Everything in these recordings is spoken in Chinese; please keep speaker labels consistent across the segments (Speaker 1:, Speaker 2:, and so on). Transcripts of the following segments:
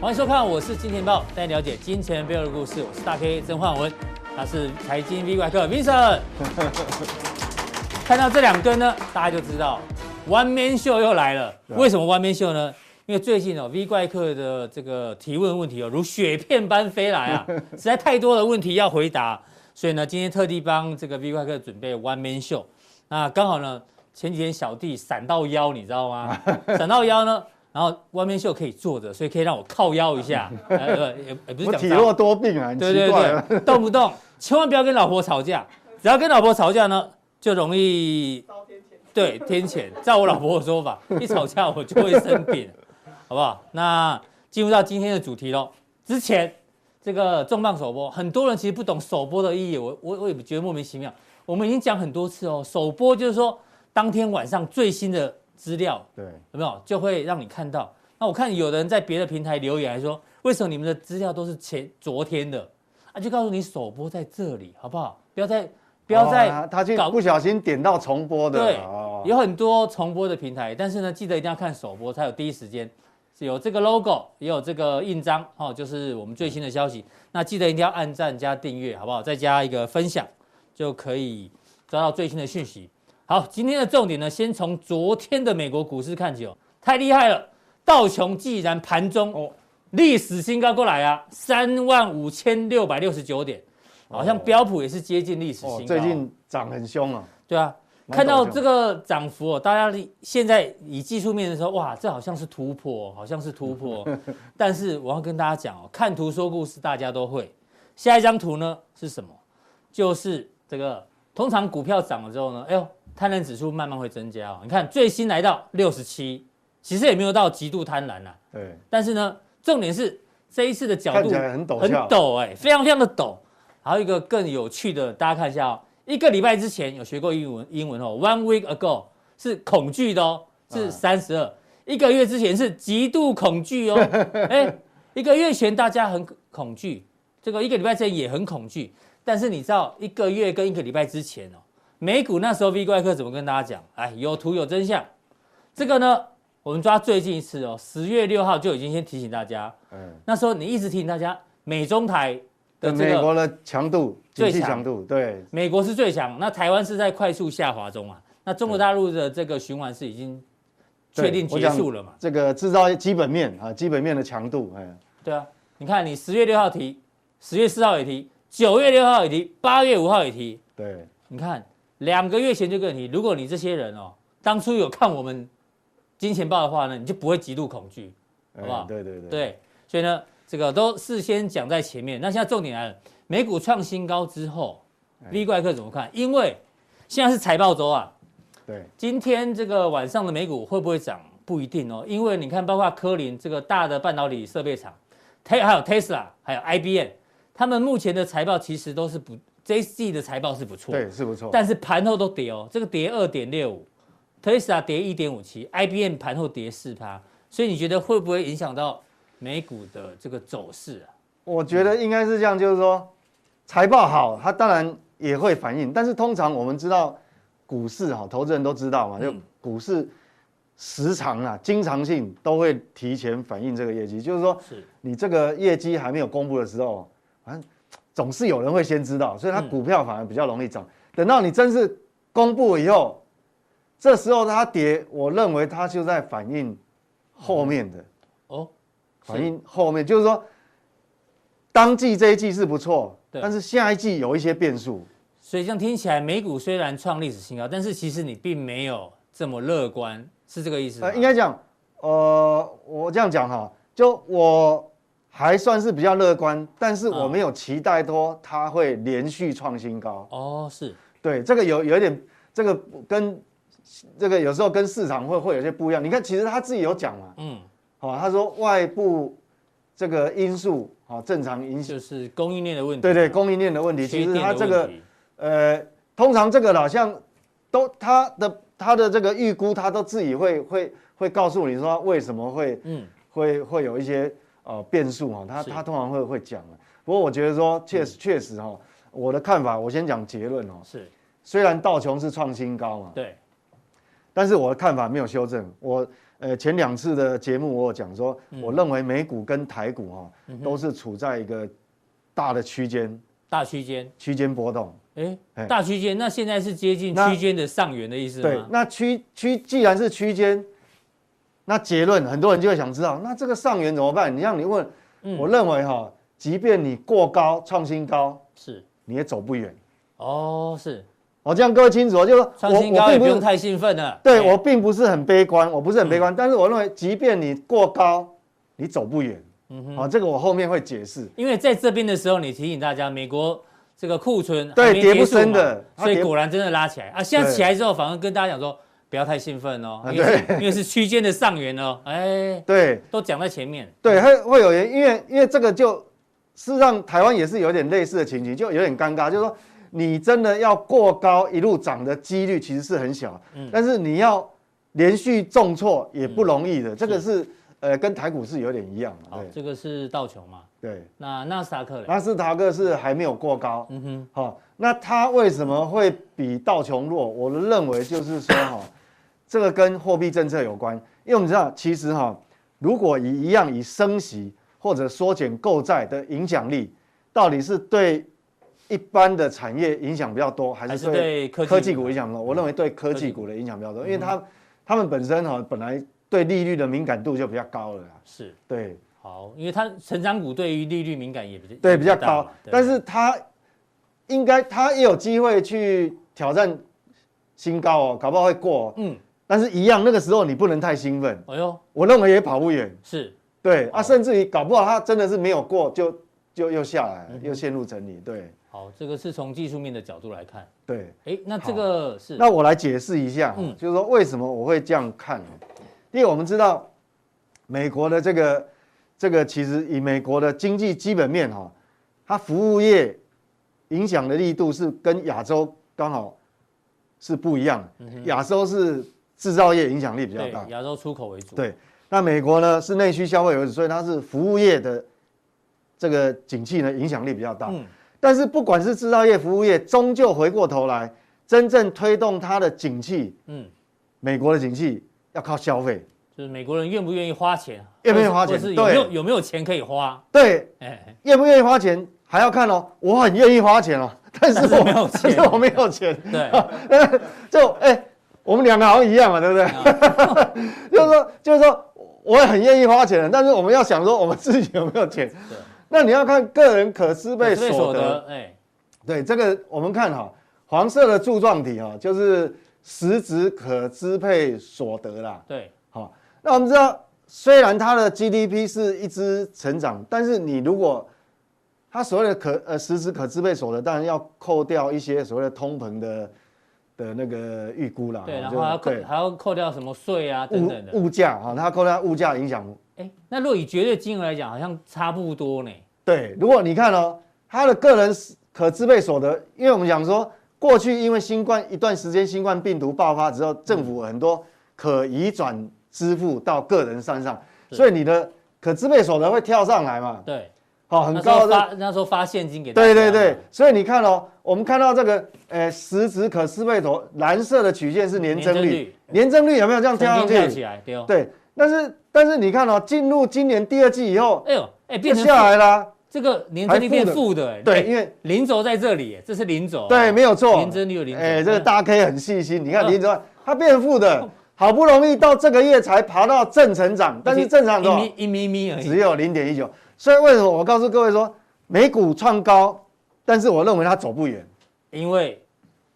Speaker 1: 欢迎收看，我是金钱豹，带你了解金钱背后的故事。我是大 K 曾焕文，他是财经 V 怪客 Vincent。看到这两根呢，大家就知道 One Man Show 又来了。
Speaker 2: 对啊
Speaker 1: 为什么 One Man Show 呢？因为最近哦，V 怪客的这个提问问题哦，如雪片般飞来 啊，实在太多的问题要回答，所以呢，今天特地帮这个 V 怪客准备 One Man Show。那刚好呢，前几天小弟闪到腰，你知道 吗？闪到腰呢，然后 One Man Show 可以坐着，所以可以让我靠腰一下，呃，呃也也不是
Speaker 2: 我
Speaker 1: 讲
Speaker 2: 体
Speaker 1: 脏
Speaker 2: 弱多病啊，很
Speaker 1: 对
Speaker 2: 奇怪啊。
Speaker 1: 对对，动不 动千万不要跟老婆吵架，只要跟老婆吵架呢，就容易对天谴。照我老婆的 说法，一吵架我就会生病，好不好？那进入到今天的主题喽。之前这个重磅首播，很多人其实不懂首播的意义，我我我也觉得莫名其妙。我们已经讲很多次哦，首播就是说当天晚上最新的资料
Speaker 2: 对
Speaker 1: 有没有就会让你看到？那我看有的人在别的平台留言还说，为什么你们的资料都是前昨天的啊？就告诉你首播在这里，好不好？不要再不要再、
Speaker 2: 哦他去
Speaker 1: 搞
Speaker 2: 不小心点到重播的，
Speaker 1: 对
Speaker 2: 哦
Speaker 1: 有很多重播的平台，但是呢，记得一定要看首播，才有第一时间是有这个 logo，也有这个印章哦，就是我们最新的消息。那记得一定要按赞加订阅，好不好？再加一个分享，就可以抓到最新的讯息。好，今天的重点呢，先从昨天的美国股市看起哦，太厉害了！道琼既然盘中
Speaker 2: 哦
Speaker 1: 历史新高过来啊，三万五千六百六十九点，好像
Speaker 2: 哦
Speaker 1: 标普也是接近历史
Speaker 2: 哦
Speaker 1: 新高。啊
Speaker 2: 最近涨很凶啊，
Speaker 1: 对啊，
Speaker 2: 蛮
Speaker 1: 看到
Speaker 2: 陡的
Speaker 1: 这个涨幅哦，大家立现在以技术面的时候，哇，这好像是突破哦，好像是突 破哦。但是我要跟大家讲哦，看图说故事大家都会。下一张图呢是什么？就是这个，通常股票涨了之后呢，哎呦，贪婪指数慢慢会增加哦。你看最新来到六十七，其实也没有到极度贪婪啦、啊
Speaker 2: 对，
Speaker 1: 但是呢，重点是这一次的角
Speaker 2: 看
Speaker 1: 度
Speaker 2: 起来很陡
Speaker 1: 很
Speaker 2: 峭，
Speaker 1: 陡哎、非常非常的陡。还有一个更有趣的，大家看一下哦，一个礼拜之前有学过英文，英文哦，one week ago 是恐惧的哦，是
Speaker 2: 嗯
Speaker 1: 三十二，一个月之前是极度恐 惧哦，哎，一个月前大家很恐惧，这个一个礼拜之前也很恐惧，但是你知道一个月跟一个礼拜之前哦，美股那时候 V 怪客怎么跟大家讲？哎，有图有真相，这个呢，我们抓最近一次哦，十月六号就已经先提醒大家，
Speaker 2: 嗯，
Speaker 1: 那时候你一直提醒大家，美中台的
Speaker 2: 对
Speaker 1: 这
Speaker 2: 美
Speaker 1: 个
Speaker 2: 国的强度，经
Speaker 1: 最
Speaker 2: 济
Speaker 1: 强
Speaker 2: 强度，对，
Speaker 1: 美国是最强，那台湾是在快速下滑中啊。那中国
Speaker 2: 对
Speaker 1: 大陆的这个循环是已经确
Speaker 2: 对
Speaker 1: 定
Speaker 2: 我
Speaker 1: 结
Speaker 2: 讲
Speaker 1: 束了嘛？
Speaker 2: 这个制造业基本面啊，基本面的强度，哎，
Speaker 1: 对啊，你看你十月六号提，十月四号也提，九月六号也提，八月五号也提。
Speaker 2: 对，
Speaker 1: 你看两个月前就跟你提，如果你这些人哦，当初有看我们金钱豹的话呢，你就不会极度恐惧。
Speaker 2: 哎
Speaker 1: 好不好
Speaker 2: 对对对，
Speaker 1: 对，所以呢，这个都事先讲在前面。那现在重点来了，美股创新高之后，V 怪客怎么看？因为现在是财报周啊，
Speaker 2: 对
Speaker 1: 今天这个晚上的美股会不会涨不一定哦，因为你看，包括科林这个大的半导体设备厂，Te 还有 Tesla，还有 IBM，他们目前的财报其实都是不这一季的财报是不错，
Speaker 2: 对是不错，
Speaker 1: 但是盘后都跌哦，这个跌二点六五，Tesla 跌一点五七，IBM 盘后跌四趴，所以你觉得会不会影响到美股的这个走势啊？
Speaker 2: 我觉得应该是这样，就是说财报好，它当然也会反映，但是通常我们知道股市哈，投资人都知道嘛，就
Speaker 1: 嗯
Speaker 2: 股市时常啊，经常性都会提前反映这个业绩，就是说
Speaker 1: 是
Speaker 2: 你这个业绩还没有公布的时候，反正总是有人会先知道，所以它
Speaker 1: 嗯
Speaker 2: 股票反而比较容易涨。等到你真是公布以后，这时候它跌，我认为它就在反映后面的。
Speaker 1: 哦，
Speaker 2: 反映后面，就是说，当季这一季是不错，
Speaker 1: 对
Speaker 2: 但是下一季有一些变数。
Speaker 1: 所以这样听起来，美股虽然创历史新高，但是其实你并没有这么乐观，是这个意思吗？
Speaker 2: 呃，应该讲，呃，我这样讲哈，就我还算是比较乐观，但是我
Speaker 1: 嗯
Speaker 2: 没有期待多，它会连续创新高。
Speaker 1: 哦，是
Speaker 2: 对，这个有有一点，这个跟这个有时候跟市场会会有些不一样。你看，其实他自己有讲嘛，
Speaker 1: 嗯，
Speaker 2: 好、他说外部这个因素啊、哦正常影响，
Speaker 1: 就是供应链的问题，啊
Speaker 2: 对对，供应链的问题，
Speaker 1: 缺
Speaker 2: 其
Speaker 1: 电
Speaker 2: 实
Speaker 1: 的
Speaker 2: 它
Speaker 1: 问题，
Speaker 2: 这个。呃，通常这个好像都他的他的这个预估，他都自己会会会告诉你说为什么会
Speaker 1: 嗯，
Speaker 2: 会会有一些呃变数哈、哦，他
Speaker 1: 是
Speaker 2: 他通常会会讲的。啊不过我觉得说确实确实哈、哦，我的看法我先讲结论哦。
Speaker 1: 是
Speaker 2: 虽然道琼是创新高嘛，啊
Speaker 1: 对，
Speaker 2: 但是我的看法没有修正。我呃前两次的节目我有讲说，我认为美股跟台股哈、都是处在一个大的区间
Speaker 1: 大区间，
Speaker 2: 区间波动。
Speaker 1: 哎
Speaker 2: 哎，
Speaker 1: 大区间，那现在是接近
Speaker 2: 那
Speaker 1: 区间的上缘的意思
Speaker 2: 对
Speaker 1: 吗，？
Speaker 2: 那区区既然是区间，那结论很多人就会想知道，那这个上缘怎么办？你像你问，
Speaker 1: 嗯
Speaker 2: 我认为哈、即便你过高创新高，
Speaker 1: 是，
Speaker 2: 你也走不远。
Speaker 1: 哦，是，
Speaker 2: 哦，这样各位清楚哦，就是
Speaker 1: 创
Speaker 2: 我
Speaker 1: 新高
Speaker 2: 我
Speaker 1: 也
Speaker 2: 并
Speaker 1: 不
Speaker 2: 不
Speaker 1: 用
Speaker 2: 是
Speaker 1: 太兴奋了。
Speaker 2: 对
Speaker 1: 哎嗯
Speaker 2: 我并不是很悲观，我不是很悲观，但是我认为，即便你过高，你走不远。嗯哼，哦，这个我后面会解释。
Speaker 1: 因为在这边的时候，你提醒大家，美国这个库存
Speaker 2: 对
Speaker 1: 还没
Speaker 2: 跌不
Speaker 1: 结束
Speaker 2: 深
Speaker 1: 嘛
Speaker 2: 的它
Speaker 1: 所以
Speaker 2: 跌
Speaker 1: 果然真的拉起来啊。现在
Speaker 2: 对
Speaker 1: 起来之后，反而跟大家讲说，不要太兴奋哦，
Speaker 2: 啊
Speaker 1: 因为是因为是区间的上缘哦，哎，
Speaker 2: 对
Speaker 1: 都讲在前面，
Speaker 2: 对，会会有人，因为因为这个就事实上台湾也是有点类似的情形，就有点尴尬，就是说你真的要过高一路涨的几率其实是很小，但是你要连续重挫也不容易的，这个是呃跟台股是有点一样的
Speaker 1: 好，这个是道琼嘛，
Speaker 2: 对对，
Speaker 1: 那纳斯达克嘞，
Speaker 2: 纳斯达克是还没有过高，
Speaker 1: 嗯哼，
Speaker 2: 好、那它为什么会比道琼弱？我认为就是说哈、这个跟货币政策有关，因为我们知道，其实哈、如果以一样以升息或者缩减购债的影响力，到底是对一般的产业影响比较多，还
Speaker 1: 还
Speaker 2: 是
Speaker 1: 是对
Speaker 2: 对
Speaker 1: 科技
Speaker 2: 科技股影响比较多？我认为对科技股的嗯影响比较多，因为它它们本身哈、本来对利率的敏感度就比较高了啦，啊
Speaker 1: 是
Speaker 2: 对。
Speaker 1: 好，因为它成长股对于利率敏感也比较
Speaker 2: 对
Speaker 1: 也
Speaker 2: 比较
Speaker 1: 大
Speaker 2: 高
Speaker 1: 嘛，对
Speaker 2: 但是他应该他也有机会去挑战新高哦，搞不好会过、哦。
Speaker 1: 嗯，
Speaker 2: 但是一样，那个时候你不能太兴奋，
Speaker 1: 哎呦
Speaker 2: 我认为也跑不远。
Speaker 1: 是
Speaker 2: 对啊，
Speaker 1: 哦
Speaker 2: 甚至于搞不好他真的是没有过，就就又下来了，
Speaker 1: 嗯
Speaker 2: 又陷入整理。对
Speaker 1: 好，这个是从技术面的角度来看，
Speaker 2: 对，
Speaker 1: 哎，那这个是
Speaker 2: 那我来解释一下，
Speaker 1: 嗯
Speaker 2: 就是说为什么我会这样看哦。第一，我们知道美国的这个这个，其实以美国的经济基本面哈、它服务业影响的力度是跟亚洲刚好是不一样的。亚洲是制造业影响力比较
Speaker 1: 嗯对
Speaker 2: 大，
Speaker 1: 亚洲出口为主，
Speaker 2: 对。那美国呢是内需消费为主，所以它是服务业的这个景气呢影响力比较大。
Speaker 1: 嗯，
Speaker 2: 但是不管是制造业、服务业，终究回过头来，真正推动它的景气，
Speaker 1: 嗯
Speaker 2: 嗯，美国的景气要靠消费。
Speaker 1: 就是美国人愿不愿意花钱，
Speaker 2: 愿不愿意花钱
Speaker 1: 或者是有没有
Speaker 2: 对
Speaker 1: 有没有钱可以花，
Speaker 2: 对，
Speaker 1: 哎，
Speaker 2: 愿不愿意花钱还要看哦。我很愿意花钱哦，但是
Speaker 1: 但是
Speaker 2: 我
Speaker 1: 没有钱
Speaker 2: 但是我没有钱。
Speaker 1: 对，
Speaker 2: 就哎、我们两个好像一样嘛，对不对？
Speaker 1: 啊
Speaker 2: 就是说，就是说，我也很愿意花钱的，但是我们要想说，我们自己有没有钱
Speaker 1: 对？
Speaker 2: 那你要看个人可支配
Speaker 1: 所以
Speaker 2: 所得
Speaker 1: 得，哎，
Speaker 2: 对，这个我们看哈，黄色的柱状体哈，就是实质可支配所得啦。
Speaker 1: 对，
Speaker 2: 好，那我们知道，虽然它的 GDP 是一直成长，但是你如果它所谓的可呃实质可支配所得，当然要扣掉一些所谓的通膨的的那个预估啦。
Speaker 1: 对，
Speaker 2: 哈
Speaker 1: 然
Speaker 2: 啊就
Speaker 1: 后还要扣
Speaker 2: 对
Speaker 1: 还要扣掉什么税啊等等的。
Speaker 2: 物物价哈，它扣掉物价影响
Speaker 1: 哎，那如果以绝对金额来讲，好像差不多呢。
Speaker 2: 对，如果你看哦，他的个人可支配所得，因为我们讲说，过去因为新冠一段时间新冠病毒爆发之后，政府很多可移转支付到个人身上，
Speaker 1: 对
Speaker 2: 所以你的可支配所得会跳上来嘛，
Speaker 1: 对，
Speaker 2: 好、很高
Speaker 1: 那时候
Speaker 2: 的。
Speaker 1: 发那时候发现金给大家
Speaker 2: 对
Speaker 1: 嘛。
Speaker 2: 对对，所以你看哦，我们看到这个，呃，实质可支配所蓝色的曲线是年增率，年增率有没有这样
Speaker 1: 曾经
Speaker 2: 跳上
Speaker 1: 跳
Speaker 2: 去？
Speaker 1: 起来，对哦。
Speaker 2: 对，但是但是你看哦，进入今年第二季以后，
Speaker 1: 哎呦，哎，
Speaker 2: 就
Speaker 1: 变成
Speaker 2: 下来啦、
Speaker 1: 这个年增率变负的，哎
Speaker 2: 对，，因为
Speaker 1: 哎零轴在这里，哎这是零轴，
Speaker 2: 对，
Speaker 1: 哎
Speaker 2: 没有错。
Speaker 1: 年增率有零轴。
Speaker 2: 哎、这个大 K 很细心，你看
Speaker 1: 嗯
Speaker 2: 林总，他变负的，好不容易到这个月才爬到正成长，但是正常多
Speaker 1: 一
Speaker 2: 少？
Speaker 1: 咪一咪咪而已
Speaker 2: 只。有零点一九。所以为什么我告诉各位说，美股创高，但是我认为它走不远，
Speaker 1: 因为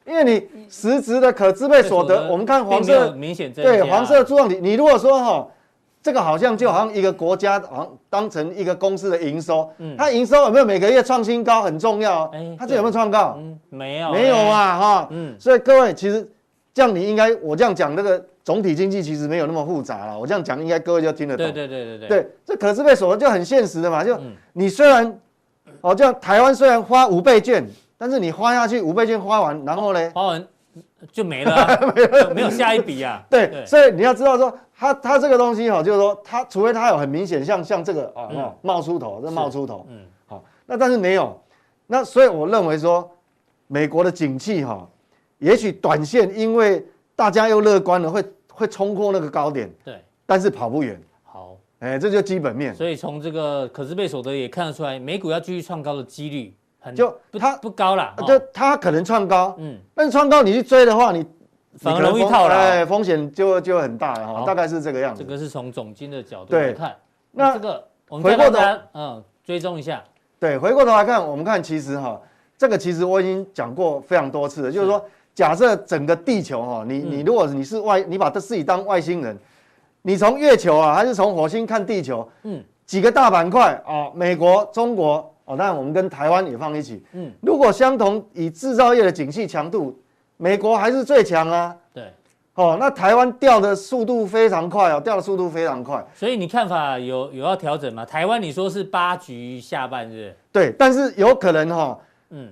Speaker 2: 因为你实质的可支配所得，我们看黄
Speaker 1: 并没有
Speaker 2: 色，
Speaker 1: 明显增加，
Speaker 2: 对黄色柱状体，你如果说哈、这个好像就好像一个国家好像当成一个公司的营收，它营收有没有每个月创新高很重要哦
Speaker 1: 嗯哎，
Speaker 2: 它这有没有创高？
Speaker 1: 嗯没有
Speaker 2: 没有啊
Speaker 1: 哎
Speaker 2: 嘛哈，
Speaker 1: 嗯
Speaker 2: 所以各位其实这样你应该我这样讲，这个总体经济其实没有那么复杂了，我这样讲应该各位就听得懂。
Speaker 1: 对对对对对，嗯
Speaker 2: 对这可支配所得就很现实的嘛，就你虽然哦，这样台湾虽然花五倍券，但是你花下去五倍券花完，然后呢？
Speaker 1: 花完就没了啊， 就没有下一笔啊。
Speaker 2: 对，所以你要知道说，它它这个东西哈、就是说它除非它有很明显像像这个啊、
Speaker 1: 嗯
Speaker 2: 哦冒出头，这冒出头，
Speaker 1: 嗯，
Speaker 2: 好，那但是没有，那所以我认为说，美国的景气哈、也许短线因为大家又乐观了，会会冲过那个高点，
Speaker 1: 对，
Speaker 2: 但是跑不远，
Speaker 1: 好，
Speaker 2: 哎，这就基本面。
Speaker 1: 所以从这个可支配所得也看得出来，美股要继续创高的几率很
Speaker 2: 就
Speaker 1: 不
Speaker 2: 它啊
Speaker 1: 不高啦，
Speaker 2: 这
Speaker 1: 哦、
Speaker 2: 它可能创高，
Speaker 1: 嗯，
Speaker 2: 但是创高你去追的话，你
Speaker 1: 反而
Speaker 2: 你可能
Speaker 1: 容易
Speaker 2: 风
Speaker 1: 套牢
Speaker 2: 哎，风险就就很大了
Speaker 1: 好
Speaker 2: 哈，大概是这个样
Speaker 1: 这
Speaker 2: 子。
Speaker 1: 个是从总金的角度
Speaker 2: 对
Speaker 1: 来看，
Speaker 2: 那
Speaker 1: 这个我们
Speaker 2: 回
Speaker 1: 再让
Speaker 2: 过头
Speaker 1: 大家嗯追踪一下，
Speaker 2: 对，回过头来看，我们看其实哈，这个其实我已经讲过非常多次了，就是说，假设整个地球哈，
Speaker 1: 嗯
Speaker 2: 你你如果你是外，你把这自己当外星人，你从月球啊，还是从火星看地球，
Speaker 1: 嗯
Speaker 2: 几个大板块啊，美国、中国哦，当然我们跟台湾也放一起。
Speaker 1: 嗯，
Speaker 2: 如果相同以制造业的景气强度，美国还是最强啊。
Speaker 1: 对，
Speaker 2: 哦，那台湾掉的速度非常快哦，掉的速度非常快。
Speaker 1: 所以你看法有有要调整吗？台湾你说是八局下半日，
Speaker 2: 对，但是有可能哈、哦，
Speaker 1: 嗯，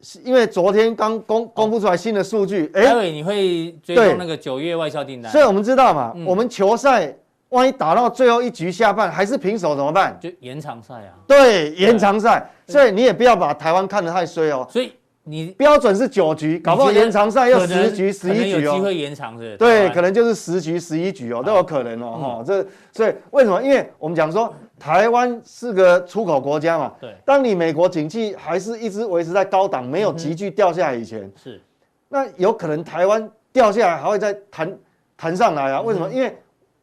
Speaker 2: 是因为昨天刚
Speaker 1: 哦
Speaker 2: 公公布出来新的数据，哎、
Speaker 1: 待会你会追踪
Speaker 2: 对
Speaker 1: 那个九月外销订单
Speaker 2: 所，以我们知道嘛，
Speaker 1: 嗯
Speaker 2: 我们球赛万一打到最后一局下半还是平手怎么办？
Speaker 1: 就延长赛啊，
Speaker 2: 对，延长赛，所以你也不要把台湾看得太衰哦。
Speaker 1: 所以你
Speaker 2: 标准是九局，搞不好
Speaker 1: 你觉得
Speaker 2: 延长赛要
Speaker 1: 可能
Speaker 2: 十局、
Speaker 1: 可
Speaker 2: 十
Speaker 1: 能
Speaker 2: 一局
Speaker 1: 有机
Speaker 2: 哦。
Speaker 1: 会延长是不是
Speaker 2: 对，
Speaker 1: 台湾
Speaker 2: 可能就是十局、十一局哦，都有可能哦，
Speaker 1: 嗯
Speaker 2: 哈、这所以为什么？因为我们讲说台湾是个出口国家嘛，
Speaker 1: 对嗯
Speaker 2: 当你美国景气还是一直维持在高档，没有急剧掉下来以前，
Speaker 1: 是
Speaker 2: 那有可能台湾掉下来还会再弹弹上来啊？为什么？因为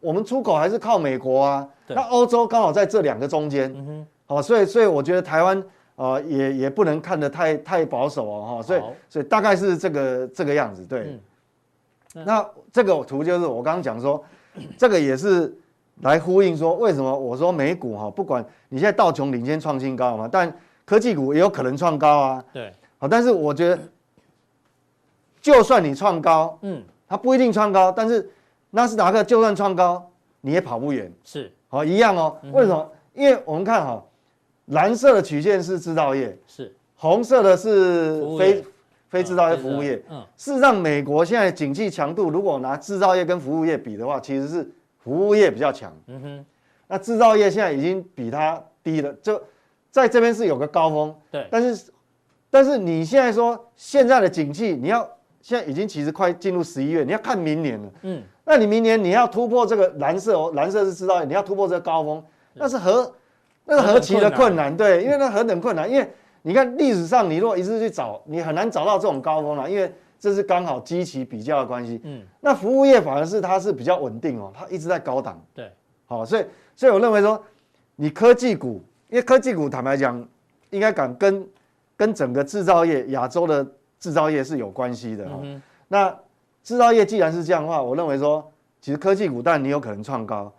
Speaker 2: 我们出口还是靠美国啊，
Speaker 1: 嗯对
Speaker 2: 那欧洲刚好在这两个中间，
Speaker 1: 嗯哼，
Speaker 2: 好、所以所以我觉得台湾啊、呃也也不能看得太太保守哦，哈、所以
Speaker 1: 好
Speaker 2: 所以大概是这个这个样子，对。
Speaker 1: 嗯那
Speaker 2: 那这个图就是我刚刚 讲说，这个也是来呼应说为什么我说美股哈、不管你现在道琼领先创新高嘛，但科技股也有可能创高啊，
Speaker 1: 对，
Speaker 2: 好，但是我觉得就算你创高，
Speaker 1: 嗯
Speaker 2: 它不一定创高，但是纳斯达克就算创高，你也跑不远。
Speaker 1: 是
Speaker 2: 好，一样哦。
Speaker 1: 嗯
Speaker 2: 为什么？因为我们看哈、蓝色的曲线是制造业，
Speaker 1: 是
Speaker 2: 红色的是
Speaker 1: 服务业
Speaker 2: 呃非非制造业服务业。，
Speaker 1: 嗯
Speaker 2: 事实上，美国现在景气强度，如果拿制造业跟服务业比的话，其实是服务业比较强。
Speaker 1: 嗯哼，
Speaker 2: 那制造业现在已经比它低了，就在这边是有个高峰，
Speaker 1: 对，嗯
Speaker 2: 但是，但是你现在说现在的景气，你要现在已经其实快进入十一月，你要看明年了。
Speaker 1: 嗯
Speaker 2: 那你明年你要突破这个蓝色哦，蓝色是知道你要突破这个高峰，那是何那是何其的
Speaker 1: 何等困
Speaker 2: 困难，对，因为那何等困难，因为你看历史上你如果一直去找，你很难找到这种高峰啊了，因为这是刚好基期比较的关系。
Speaker 1: 嗯
Speaker 2: 那服务业反而是它是比较稳定哦，它一直在高档。
Speaker 1: 对，
Speaker 2: 好、所以所以我认为说，你科技股，因为科技股坦白讲，应该敢跟跟整个制造业亚洲的制造业是有关系的、哦
Speaker 1: 嗯哼
Speaker 2: 那制造业既然是这样的话，我认为说，其实科技股，但你有可能创高，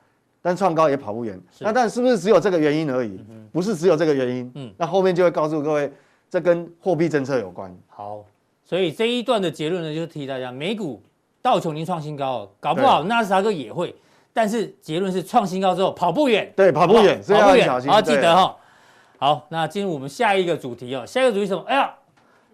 Speaker 2: 但创高也跑不远。
Speaker 1: 是
Speaker 2: 那但是不是只有这个原因而已？不是只有这个原因。
Speaker 1: 嗯
Speaker 2: 那后面就会告诉各位，这跟货币政策有关。
Speaker 1: 好，所以这一段的结论呢，就是提大家美股道琼已经创新高了，搞不好纳斯达克也会，但是结论是创新高之后跑不远，
Speaker 2: 对，跑不远，所以
Speaker 1: 跑
Speaker 2: 要
Speaker 1: 不
Speaker 2: 很
Speaker 1: 远，
Speaker 2: 小心。
Speaker 1: 好记
Speaker 2: 对哎
Speaker 1: 得哈。好，那进入我们下一个主题哦，下一个主题是什么？哎呀，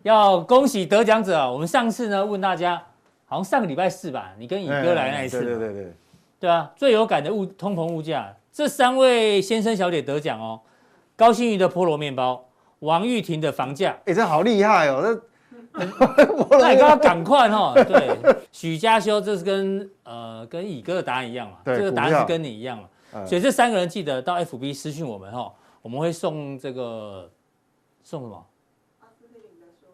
Speaker 1: 要恭喜得奖者啊！我们上次呢问大家，好像上个礼拜四吧，你跟乙哥来那一次，
Speaker 2: 哎对对对对，
Speaker 1: 对啊，最有感的物通膨物价，这三位先生小姐得奖哦。高欣瑜的菠萝面包，王玉婷的房价，
Speaker 2: 哎，这好厉害哦，这。我
Speaker 1: 那你刚刚赶快哦。对，许家修这是跟呃跟乙哥的答案一样嘛，
Speaker 2: 对
Speaker 1: 这个答
Speaker 2: 股
Speaker 1: 案
Speaker 2: 票
Speaker 1: 是跟你一样嘛，
Speaker 2: 嗯
Speaker 1: 所以这三个人记得到 FB 私讯我们哦，我们会送这个送什么？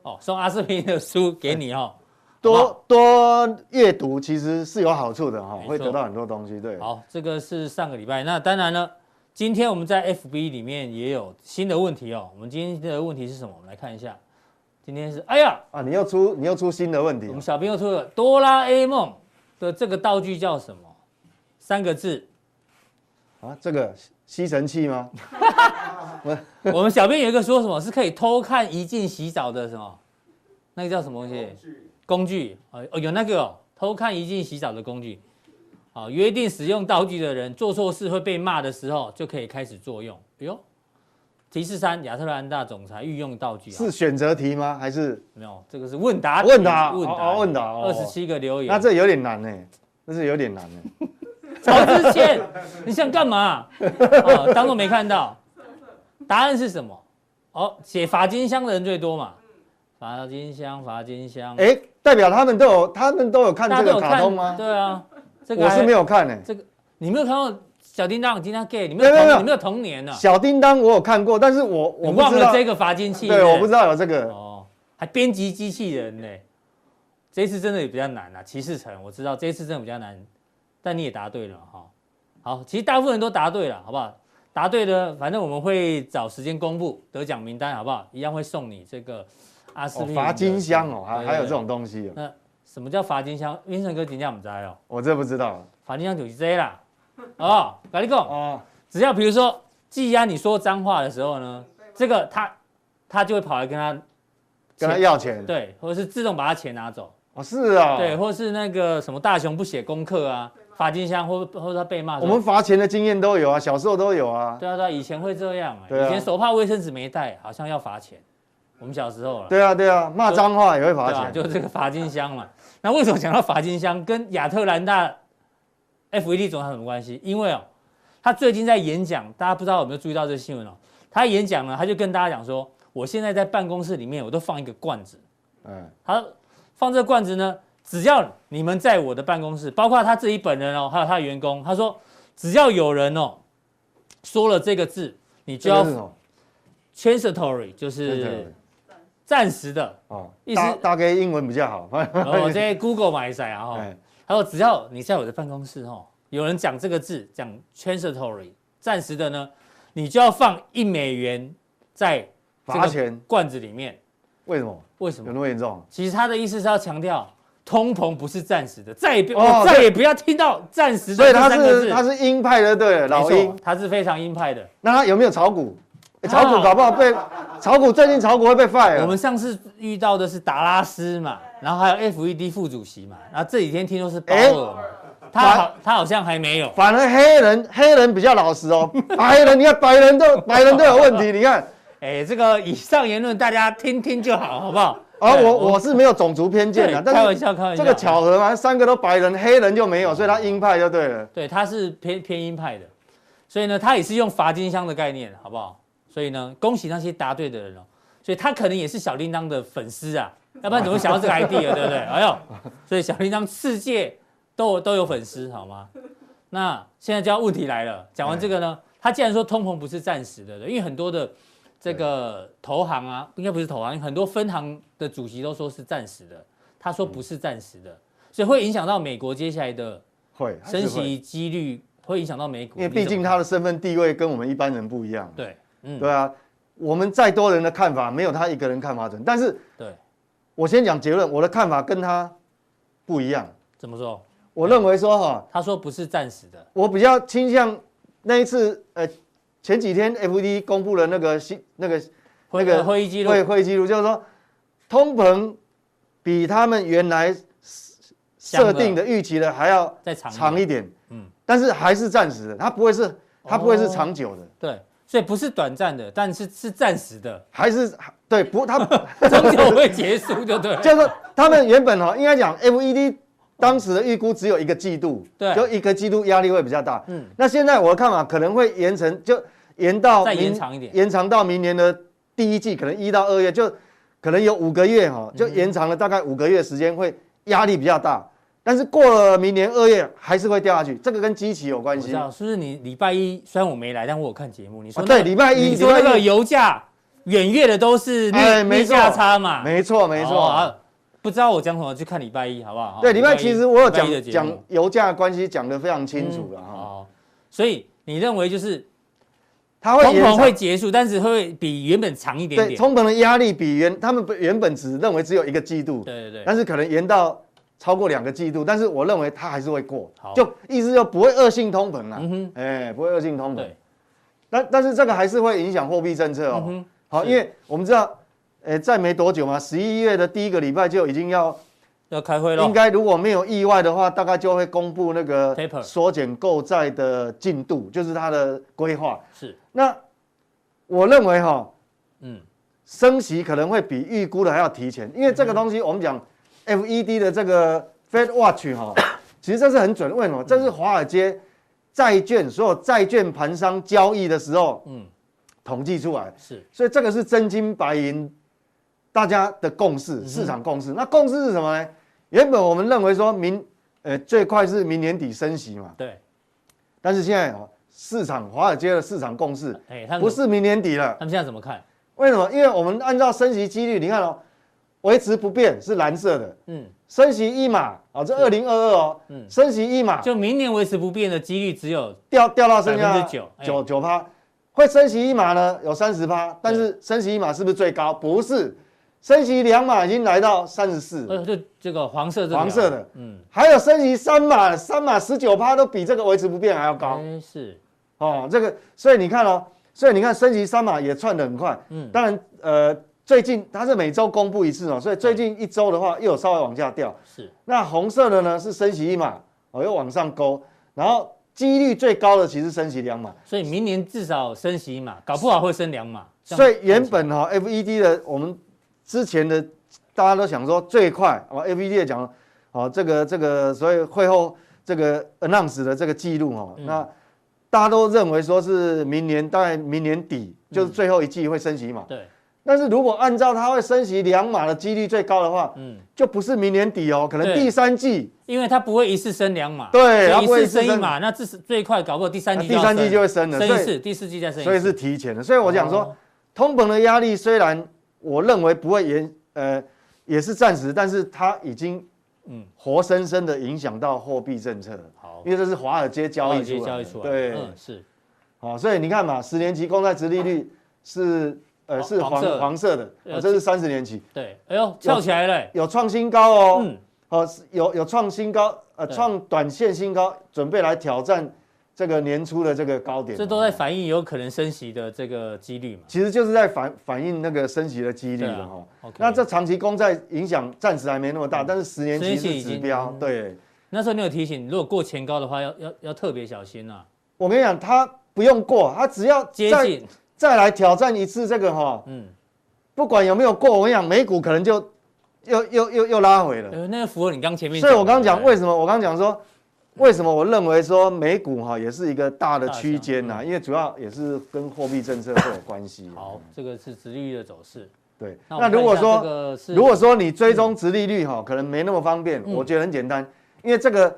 Speaker 1: 哦，送阿斯匹林的书给你哦。好不好
Speaker 2: 多多阅读其实是有好处的哈
Speaker 1: 没，错
Speaker 2: 会得到很多东西。对，
Speaker 1: 好，这个是上个礼拜。那当然呢，今天我们在 FB 里面也有新的问题哦。我们今天的问题是什么？我们来看一下。今天是，哎呀，
Speaker 2: 啊，你又出你又出新的问题啊
Speaker 1: 我们小朋友出了哆啦 A 梦的这个道具叫什么？三个字。
Speaker 2: 啊，这个吸尘器 吗？
Speaker 1: 我们小编有一个说什么是可以偷看一进洗澡的什么？那个叫什么东西？工具哦哦，有那个、哦、偷看一进洗澡的工具。好，约定使用道具的人做错事会被骂的时候，就可以开始作用。哎呦，提示三：亚特兰大总裁御用道具啊，
Speaker 2: 是选择题吗？还是
Speaker 1: 没有，这个是问答题
Speaker 2: 问答
Speaker 1: 问答、
Speaker 2: 哦哦问答哦
Speaker 1: 二十七个留言，
Speaker 2: 那这有点难呢，这是有点难呢。
Speaker 1: 曹之谦，你想干嘛？哦，当做没看到。答案是什么？哦，写罚金箱的人最多嘛？罚金箱，罚金箱，
Speaker 2: 哎，代表他们都有，他们都有看
Speaker 1: 大家
Speaker 2: 这
Speaker 1: 都有
Speaker 2: 个
Speaker 1: 看
Speaker 2: 卡通吗？
Speaker 1: 对啊，这个
Speaker 2: 我是
Speaker 1: 还
Speaker 2: 没有看呢。
Speaker 1: 这个，你没有看到小叮当今天 gay，你没
Speaker 2: 没
Speaker 1: 有
Speaker 2: 有没有
Speaker 1: 童
Speaker 2: 没有
Speaker 1: 你没有童年呢、啊，
Speaker 2: 小叮当我有看过，但是我
Speaker 1: 你
Speaker 2: 我不
Speaker 1: 忘
Speaker 2: 知
Speaker 1: 了
Speaker 2: 道，
Speaker 1: 这个罚金器，
Speaker 2: 对，我不知
Speaker 1: 道
Speaker 2: 道有这个。
Speaker 1: 哦，还编辑机器人呢、这一次真的也比较难啊，骑士城我知道这一次真的比较难，但你也答对了哈、好，其实大部分人都答对了，好不好？答对的，反正我们会找时间公布得奖名单，好不好？一样会送你这个阿斯
Speaker 2: 哦
Speaker 1: 匹林的
Speaker 2: 罚金箱哦，还
Speaker 1: 对
Speaker 2: 还有这。
Speaker 1: 对对
Speaker 2: 种东西哦，
Speaker 1: 那什么叫罚金箱？云成哥今天我们摘哦，
Speaker 2: 我这不知道
Speaker 1: 罚金箱就是这啦。哦，跟你讲，
Speaker 2: 哦。
Speaker 1: 只要比如说季安你说脏话的时候呢，这个他他就会跑来跟他
Speaker 2: 跟他要钱
Speaker 1: 对，或者是自动把他钱拿走，
Speaker 2: 哦，是啊，
Speaker 1: 对，，或是那个什么大雄不写功课啊，罚金箱或或者他被骂说，
Speaker 2: 我们罚钱的经验都有啊，小时候都有啊，
Speaker 1: 对啊对啊，以前会这样、欸，
Speaker 2: 对啊
Speaker 1: 以前手帕卫生纸没带，好像要罚钱，我们小时候了。
Speaker 2: 对啊，对啊，骂脏话也会罚
Speaker 1: 对吧？
Speaker 2: 钱，
Speaker 1: 就是这个罚金箱嘛。那为什么讲到罚金箱跟亚特兰大 FED 总裁有什么关系？因为哦，他最近在演讲，大家不知道有没有注意到这新闻哦？他演讲呢，他就跟大家讲说，我现在在办公室里面我都放一个罐子，
Speaker 2: 嗯，
Speaker 1: 他放这个罐子呢，只要你们在我的办公室，包括他自己本人哦，还有他的员工，他说只要有人哦说了这个字，你就
Speaker 2: 这个
Speaker 1: 要
Speaker 2: 是什哦么？
Speaker 1: transitory，就
Speaker 2: 这
Speaker 1: 是
Speaker 2: 个
Speaker 1: 暂时的。
Speaker 2: 哦
Speaker 1: 意，思哦
Speaker 2: 大大概英文比较好，
Speaker 1: 我在 Google 买一下啊哈。
Speaker 2: 哎
Speaker 1: 他说只要你在我的办公室哦，有人讲这个字，讲 transitory 暂时的呢，你就要放一美元在这
Speaker 2: 罚
Speaker 1: 个
Speaker 2: 钱，
Speaker 1: 罐子里面。
Speaker 2: 为什么？
Speaker 1: 为什
Speaker 2: 有
Speaker 1: 么？
Speaker 2: 那么严重？
Speaker 1: 其实他的意思是要强调，通膨不是暂时的，再也不、
Speaker 2: 哦
Speaker 1: 我再也不要听到暂时的
Speaker 2: 所以
Speaker 1: 这
Speaker 2: 他
Speaker 1: 三个字。
Speaker 2: 是他是鹰派的，对了，
Speaker 1: 没
Speaker 2: 老
Speaker 1: 错
Speaker 2: 鹰。
Speaker 1: 他是非常鹰派的。
Speaker 2: 那他有没有炒股？哎
Speaker 1: 他
Speaker 2: 炒股搞不好被炒股，最近炒股会被 fire。
Speaker 1: 啊
Speaker 2: 啊
Speaker 1: 我们上次遇到的是达拉斯嘛，然后还有 FED 副主席嘛，然后这几天听说是
Speaker 2: 哎
Speaker 1: 鲍尔嘛，他好他好像还没有。
Speaker 2: 反而黑人黑人比较老 实哦，白人你看白人都白人都有问题，你看
Speaker 1: 哎，这个以上言论大家听听就好，好不好？
Speaker 2: 啊，
Speaker 1: 对
Speaker 2: 我我是没有种族偏见的，啊
Speaker 1: 对开
Speaker 2: 但
Speaker 1: 玩
Speaker 2: 是
Speaker 1: 笑，开玩笑，
Speaker 2: 这个巧合嘛，三个都白人，黑人就没有，所以他鹰派就对了。
Speaker 1: 对，他是偏偏鹰派的，所以呢，他也是用罚金箱的概念，好不好？所以呢，恭喜那些答对的人哦，所以他可能也是小叮当的粉丝啊，要不然怎么会想到这个 idea，对不对？哎呦，所以小叮当世界都有都有粉丝，好吗？那现在就要问题来了，讲完这个呢，他既然说通膨不是暂时的，对因为很多的这个投行啊，应该不是投行，很多分行的主席都说是暂时的，他说不是暂时的，所以会影响到美国接下来的
Speaker 2: 会还是
Speaker 1: 升
Speaker 2: 会
Speaker 1: 息几率会影响到美股，
Speaker 2: 因为
Speaker 1: 你怎
Speaker 2: 毕
Speaker 1: 么
Speaker 2: 竟
Speaker 1: 看
Speaker 2: 他的身份地位跟我们一般人不一样。
Speaker 1: 对，嗯，
Speaker 2: 对啊，我们再多人的看法没有他一个人看法准，但是
Speaker 1: 对，
Speaker 2: 我先讲结论，我的看法跟他不一样。
Speaker 1: 怎么说？
Speaker 2: 我认为说哈，
Speaker 1: 他说不是暂时的，
Speaker 2: 我比较倾向那一次呃前几天 FED 公布了那个新那个
Speaker 1: 会
Speaker 2: 那个
Speaker 1: 呃会议记录
Speaker 2: 会会议记录，就是说通膨比他们原来
Speaker 1: 想
Speaker 2: 设
Speaker 1: 的
Speaker 2: 定的预期的还要
Speaker 1: 再长
Speaker 2: 长一点，
Speaker 1: 嗯
Speaker 2: 嗯，但是还是暂时的，它不会是它不会是长久的，
Speaker 1: 对，所以不是短暂的，但是是暂时的，
Speaker 2: 还是对不它
Speaker 1: 终究会结束，就 对了。
Speaker 2: 就是说他们原本哦哈应该讲 FED 当时的预估只有一个季度，
Speaker 1: 对
Speaker 2: 就一个季度压力会比较大，
Speaker 1: 嗯
Speaker 2: 嗯，那现在我的看法可能会延成就延到
Speaker 1: 再
Speaker 2: 明
Speaker 1: 延长一点
Speaker 2: 延长到明年的第一季，可能一到二月就可能有五个月哈，
Speaker 1: 嗯
Speaker 2: 就延长了大概五个月时间，会压力比较大。但是过了明年二月还是会掉下去，这个跟基期有关
Speaker 1: 我知
Speaker 2: 系。
Speaker 1: 道，是不是你礼拜一？虽然我没来，但我有看节目。你说
Speaker 2: 啊
Speaker 1: 那个
Speaker 2: 对礼拜一
Speaker 1: 你说那
Speaker 2: 礼拜
Speaker 1: 个
Speaker 2: 一
Speaker 1: 油价远月的都是逆
Speaker 2: 哎没
Speaker 1: 逆
Speaker 2: 错
Speaker 1: 价差嘛？
Speaker 2: 没错，没
Speaker 1: 哦
Speaker 2: 错。
Speaker 1: 啊不知道我讲什么，去看礼拜一好不好？
Speaker 2: 对，
Speaker 1: 礼
Speaker 2: 礼拜
Speaker 1: 拜
Speaker 2: 其实我有
Speaker 1: 一的
Speaker 2: 讲
Speaker 1: 节目
Speaker 2: 讲油价的关系讲得非常清楚了哈，
Speaker 1: 哦，所以你认为就是
Speaker 2: 它会
Speaker 1: 通
Speaker 2: 延
Speaker 1: 膨
Speaker 2: 长
Speaker 1: 会结束，但是会比原本长一点
Speaker 2: 对
Speaker 1: 点。
Speaker 2: 通膨的压力比原他们原本只认为只有一个季度，
Speaker 1: 对对对，
Speaker 2: 但是可能延到超过两个季度，但是我认为它还是会过
Speaker 1: 好，
Speaker 2: 就意思就不会恶性通膨了
Speaker 1: 嗯，哼，
Speaker 2: 哎，不会恶性通膨
Speaker 1: 对。
Speaker 2: 但但是这个还是会影响货币政策
Speaker 1: 嗯
Speaker 2: 哦。
Speaker 1: 哼，
Speaker 2: 好，
Speaker 1: 是
Speaker 2: 因为我们知道，呃，再没多久嘛，十一月的第一个礼拜就已经要，
Speaker 1: 要开会喽
Speaker 2: 应。该如果没有意外的话，大概就会公布那个
Speaker 1: Taper
Speaker 2: 缩减购债的进度，就是它的规划。
Speaker 1: 是，
Speaker 2: 那我认为哈、
Speaker 1: 嗯，
Speaker 2: 升息可能会比预估的还要提前，因为这个东西我们讲 FED 的这个 Fed Watch 哈、其实这是很准。为什哦么？这
Speaker 1: 嗯
Speaker 2: 是华尔街债券所有债券盘商交易的时候，
Speaker 1: 嗯
Speaker 2: 嗯，统计出来，
Speaker 1: 是
Speaker 2: 所以这个是真金白银，大家的共
Speaker 1: 嗯
Speaker 2: 识，市场共识。那共识是什么呢？原本我们认为说明，呃，最快是明年底升息嘛，
Speaker 1: 对，
Speaker 2: 但是现在啊，市场华尔街的市场共识
Speaker 1: 哎，他们
Speaker 2: 不是明年底了，
Speaker 1: 他们现在怎么看？
Speaker 2: 为什么？因为我们按照升息几率，你看哦，维持不变是蓝色的，
Speaker 1: 嗯，
Speaker 2: 升息一码哦，这二零二二哦，
Speaker 1: 嗯
Speaker 2: 升息一码
Speaker 1: 就明年维持不变的几率只有
Speaker 2: 掉掉到剩下
Speaker 1: 9%哎
Speaker 2: 九九趴，会升息一码呢有三十趴，但是升息一码是不是最高？不是，升息两码已经来到三十四，
Speaker 1: 呃，就这个黄色这个
Speaker 2: 黄色的
Speaker 1: 嗯，
Speaker 2: 还有升息三码，三码十九趴都比这个维持不变还要高
Speaker 1: 哎是，
Speaker 2: 哦。这个，所以你看哦，所以你看升息三码也窜得很快。
Speaker 1: 嗯，
Speaker 2: 当然，呃，最近它是每周公布一次哦，所以最近一周的话又有稍微往下掉。
Speaker 1: 是，
Speaker 2: 那红色的呢是升息一码，哦又往上勾，然后几率最高的其实升息两码。
Speaker 1: 所以明年至少升息一码，搞不好会升两码。这样
Speaker 2: 所以原本哈、FED 的我们之前的大家都想说最快啊、哦、，FED 也讲哦这个这个，所以会后这个 announce 的这个记录哈，
Speaker 1: 嗯
Speaker 2: 那大家都认为说是明年大概明年底就是
Speaker 1: 嗯
Speaker 2: 最后一季会升息嘛，
Speaker 1: 对，
Speaker 2: 但是如果按照它会升息两码的几率最高的话，
Speaker 1: 嗯，
Speaker 2: 就不是明年底哦，可能
Speaker 1: 对
Speaker 2: 第三季
Speaker 1: 因为它不会一次升两码，
Speaker 2: 对它
Speaker 1: 所以
Speaker 2: 不会
Speaker 1: 一次
Speaker 2: 一次
Speaker 1: 升一
Speaker 2: 升
Speaker 1: 码，那至少最快搞不好第三季
Speaker 2: 第三季就
Speaker 1: 要
Speaker 2: 会升了，
Speaker 1: 升
Speaker 2: 所
Speaker 1: 一
Speaker 2: 以
Speaker 1: 次，第四季再升一次，
Speaker 2: 所以是提前的，所以我讲说。
Speaker 1: 哦
Speaker 2: 通膨的压力虽然我认为不会延，呃，也是暂时，但是它已经
Speaker 1: 嗯
Speaker 2: 活生生的影响到货币政策了，
Speaker 1: 好，
Speaker 2: 因为这是华尔街交易
Speaker 1: 直接
Speaker 2: 出来
Speaker 1: 哦交易
Speaker 2: 的，
Speaker 1: 出来，
Speaker 2: 对，
Speaker 1: 嗯是，
Speaker 2: 好、所以你看嘛，十年期公债殖利率是呃
Speaker 1: 黄
Speaker 2: 是
Speaker 1: 黄
Speaker 2: 黄
Speaker 1: 色的
Speaker 2: 黄色的，
Speaker 1: 呃
Speaker 2: 哦、这是三十年期，
Speaker 1: 对，哎呦跳起来了欸，
Speaker 2: 有创新高哦，
Speaker 1: 嗯，
Speaker 2: 哦是有有创新高，呃
Speaker 1: 对
Speaker 2: 创短线新高，准备来挑战这个年初的这个高点，
Speaker 1: 这都在反映有可能升息的这个几率嘛。
Speaker 2: 其实就是在反反映那个升息的几率了哈、
Speaker 1: 啊 OK，嗯
Speaker 2: 那这长期公债影响暂时还没那么大，但是十年期
Speaker 1: 十年期已
Speaker 2: 是
Speaker 1: 经
Speaker 2: 指标
Speaker 1: 嗯。
Speaker 2: 对，
Speaker 1: 那时候你有提醒，如果过前高的话，要要要特别小心啊，
Speaker 2: 我跟你讲，它不用过，它只要
Speaker 1: 接
Speaker 2: 再
Speaker 1: 近，
Speaker 2: 再来挑战一次这个哈，
Speaker 1: 嗯，
Speaker 2: 不管有没有过，我跟你讲，美股可能就又又又又拉回了。
Speaker 1: 呃，那个符合你刚前面的，
Speaker 2: 所以我刚刚讲
Speaker 1: 对
Speaker 2: 为什么，我刚刚讲说。为什么我认为说美股哈也是一个大的区间呐、
Speaker 1: 大嗯
Speaker 2: 因为主要也是跟货币政策会有关系。啊
Speaker 1: 好，这个是殖利率的走势。
Speaker 2: 对。
Speaker 1: 我们
Speaker 2: 那如果
Speaker 1: 看一下这
Speaker 2: 说
Speaker 1: 个是嗯
Speaker 2: 如果说你追踪殖利率哈、可能没那么方便，我觉得很简单，因为这个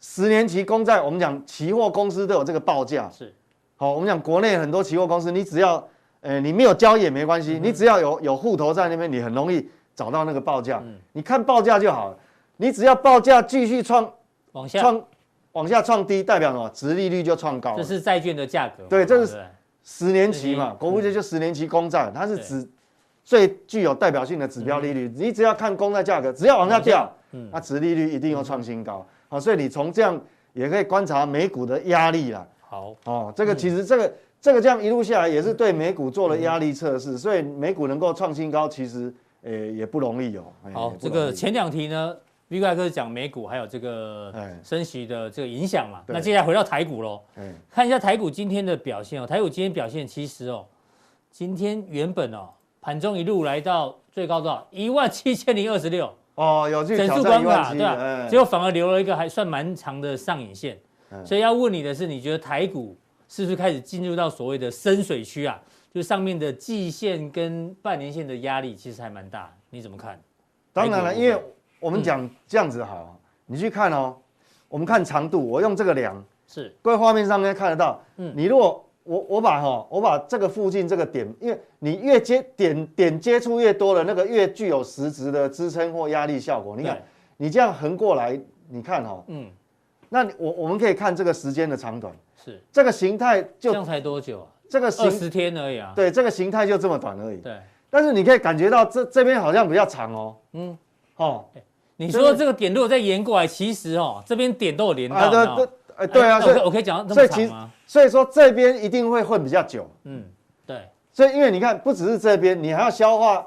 Speaker 2: 十年期公债，我们讲期货公司都有这个报价。
Speaker 1: 是
Speaker 2: 好、我们讲国内很多期货公司，你只要呃你没有交易也没关系，
Speaker 1: 嗯
Speaker 2: 你只要有有户头在那边，你很容易找到那个报价。
Speaker 1: 嗯
Speaker 2: 你看报价就好了，你只要报价继续创
Speaker 1: 往下，
Speaker 2: 创往下创低，代表什么？殖利率就创高
Speaker 1: 这
Speaker 2: 了。
Speaker 1: 是债券的价格嘛，
Speaker 2: 对这是
Speaker 1: 不
Speaker 2: 十年期
Speaker 1: 这
Speaker 2: 嘛，
Speaker 1: 是
Speaker 2: 国库债就十年期公债，它是
Speaker 1: 对
Speaker 2: 指最具有代表性的指标利率。你只要看公债价格，只要往下掉，
Speaker 1: 嗯
Speaker 2: 那殖利率一定又创新高。好，所以你从这样也可以观察美股的压力啦。
Speaker 1: 好，
Speaker 2: 哦，这个其实这个这个这样一路下来也是对美股做了压力测试，所以美股能够创新高，其实呃也不容易哦。哎
Speaker 1: 好
Speaker 2: 也，不
Speaker 1: 这
Speaker 2: 容易
Speaker 1: 个前两题呢，V 怪哥讲美股还有这个
Speaker 2: 哎
Speaker 1: 升息的这个影响嘛，
Speaker 2: 对
Speaker 1: 那接下来回到台股喽，
Speaker 2: 哎
Speaker 1: 看一下台股今天的表现哦，台股今天表现其实哦，今天原本哦盘中一路来到最高多少一万七千零二十六，
Speaker 2: 哦有去
Speaker 1: 整
Speaker 2: 挑
Speaker 1: 数关
Speaker 2: 战一万
Speaker 1: 卡
Speaker 2: 七
Speaker 1: 对
Speaker 2: 的，
Speaker 1: 吧、
Speaker 2: 哎
Speaker 1: 结果反而留了一个还算蛮长的上影线，
Speaker 2: 嗯
Speaker 1: 所以要问你的是，你觉得台股是不是开始进入到所谓的深水区啊？就是上面的季线跟半年线的压力其实还蛮大，你怎么看？
Speaker 2: 当然了，
Speaker 1: 台股
Speaker 2: 因为我们讲这样子好，你去看哦，我们看长度，我用这个量，
Speaker 1: 是
Speaker 2: 各位画面上面看得到，
Speaker 1: 嗯
Speaker 2: 你如果我我把哈、我把这个附近这个点，因为你越接点点接触越多了，那个越具有实质的支撑或压力效果。你看
Speaker 1: 对，
Speaker 2: 你这样横过来，你看哈、哦
Speaker 1: 嗯，
Speaker 2: 那你我我们可以看这个时间的长短，
Speaker 1: 是
Speaker 2: 这个形态
Speaker 1: 这
Speaker 2: 就
Speaker 1: 样才多久啊？
Speaker 2: 这个
Speaker 1: 二
Speaker 2: 形
Speaker 1: 十天而已啊。
Speaker 2: 对这个形态就这么短而已。
Speaker 1: 对，
Speaker 2: 但是你可以感觉到这这边好像比较长哦，
Speaker 1: 嗯
Speaker 2: 嗯，哦，
Speaker 1: 你说这个点如果再延过来，其实哦这边点都有连到，你知道吗
Speaker 2: 啊对，哎对啊，
Speaker 1: 那
Speaker 2: 所
Speaker 1: 我可
Speaker 2: 以
Speaker 1: 以我可以讲到这
Speaker 2: 所
Speaker 1: 么
Speaker 2: 以
Speaker 1: 长
Speaker 2: 其实
Speaker 1: 吗？
Speaker 2: 所以说这边一定会混比较久，
Speaker 1: 嗯，对，
Speaker 2: 所以因为你看不只是这边，你还要消化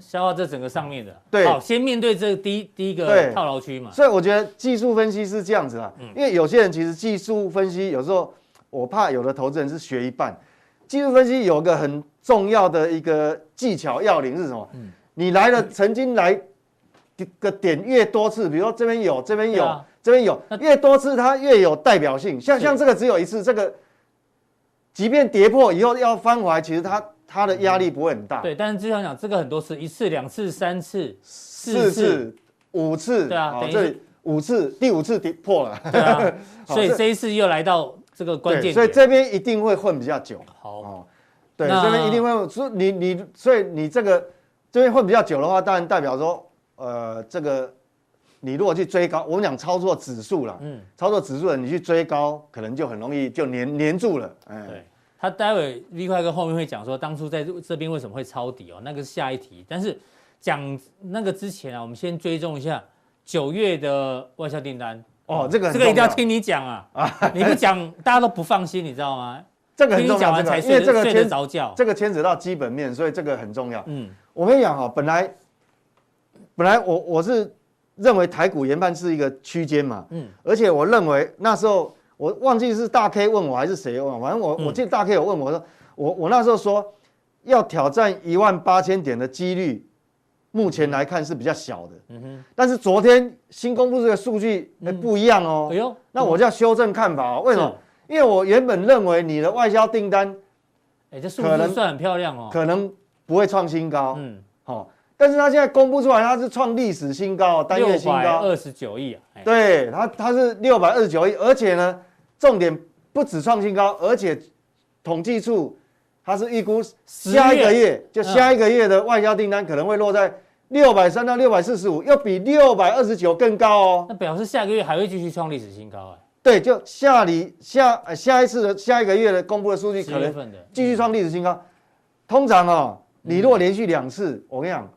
Speaker 1: 消化这整个上面的。
Speaker 2: 对
Speaker 1: 好，先面对这第一第一个
Speaker 2: 对
Speaker 1: 套牢区嘛。
Speaker 2: 所以我觉得技术分析是这样子啦，
Speaker 1: 嗯
Speaker 2: 因为有些人其实技术分析有时候我怕有的投资人是学一半，技术分析有个很重要的一个技巧要领是什么？
Speaker 1: 嗯
Speaker 2: 你来了，曾经来个点越多次，比如说这边有，这边
Speaker 1: 对
Speaker 2: 有，
Speaker 1: 啊
Speaker 2: 这边有
Speaker 1: 那，
Speaker 2: 越多次它越有代表性。像
Speaker 1: 是
Speaker 2: 像这个只有一次，这个即便跌破以后要翻回来，其实它它的压力不会很大，
Speaker 1: 对，但是就像讲这个很多次，一次、两次、三次、
Speaker 2: 四
Speaker 1: 四次，
Speaker 2: 次、五次，
Speaker 1: 对啊
Speaker 2: 好
Speaker 1: 等于
Speaker 2: 这
Speaker 1: 是
Speaker 2: 里五次，第五次跌破了。
Speaker 1: 对啊，
Speaker 2: 好
Speaker 1: 所以
Speaker 2: 这
Speaker 1: 这一次又来到这个关
Speaker 2: 对，
Speaker 1: 键
Speaker 2: 所以
Speaker 1: 点
Speaker 2: 这边一定会混比较久。
Speaker 1: 好，
Speaker 2: 哦，对，
Speaker 1: 那
Speaker 2: 这边一定会，所以你你所以你这个这边会比较久的话，当然代表说，呃，这个你如果去追高，我们讲操作指数啦，
Speaker 1: 嗯，
Speaker 2: 操作指数的你去追高，可能就很容易就粘粘住了，哎，
Speaker 1: 对，他待会 V 快哥后面会讲说，当初在这这边为什么会抄底哦，那个是下一题。但是讲那个之前啊，我们先追踪一下九月的外销订单。
Speaker 2: 哦这个很
Speaker 1: 这个一定要
Speaker 2: 重要
Speaker 1: 听你讲啊，你不讲大家都不放心，你知道吗？
Speaker 2: 这
Speaker 1: 听
Speaker 2: 个很
Speaker 1: 你
Speaker 2: 重
Speaker 1: 讲
Speaker 2: 要，这
Speaker 1: 完才
Speaker 2: 个因
Speaker 1: 睡
Speaker 2: 为
Speaker 1: 得
Speaker 2: 这个
Speaker 1: 睡得
Speaker 2: 牵
Speaker 1: 着觉。
Speaker 2: 这个牵扯到基本面，所以这个很重要。
Speaker 1: 嗯，
Speaker 2: 我跟你讲哈，本来本来我我是认为台股研判是一个区间嘛，
Speaker 1: 嗯
Speaker 2: 嗯，而且我认为那时候我忘记是大 K 问我还是谁问我，反正我、
Speaker 1: 嗯
Speaker 2: 我记得大 K 有问我说，我我那时候说要挑战一万八千点的几率，目前来看是比较小的，
Speaker 1: 嗯哼，
Speaker 2: 但是昨天新公布这个数据、哎不一样哦，
Speaker 1: 哎呦，
Speaker 2: 那我就要修正看法、哦，为什么
Speaker 1: 是？
Speaker 2: 因为我原本认为你的外销订单
Speaker 1: 哎，这数
Speaker 2: 可
Speaker 1: 字
Speaker 2: 能
Speaker 1: 算很漂亮哦。
Speaker 2: 可能不会创新高，
Speaker 1: 嗯，
Speaker 2: 好、但是它现在公布出来，它是创历史新高，单月
Speaker 1: 六
Speaker 2: 新
Speaker 1: 百
Speaker 2: 高，
Speaker 1: 二十九亿啊，哎，
Speaker 2: 对，它它是六百二十九亿，而且呢，重点不止创新高，而且统计处它是预估下一个月就
Speaker 1: 嗯
Speaker 2: 下一个月的外销订单可能会落在六百三到六百四十五，又比六百二十九更高哦。
Speaker 1: 那表示下个月还会继续创历史新高哎，
Speaker 2: 对，就下里下呃下一次的下一个月的公布的数据
Speaker 1: 十
Speaker 2: 可
Speaker 1: 月
Speaker 2: 能
Speaker 1: 份的
Speaker 2: 继续创历史新高。通常哦，你如果连续两次，我跟你讲，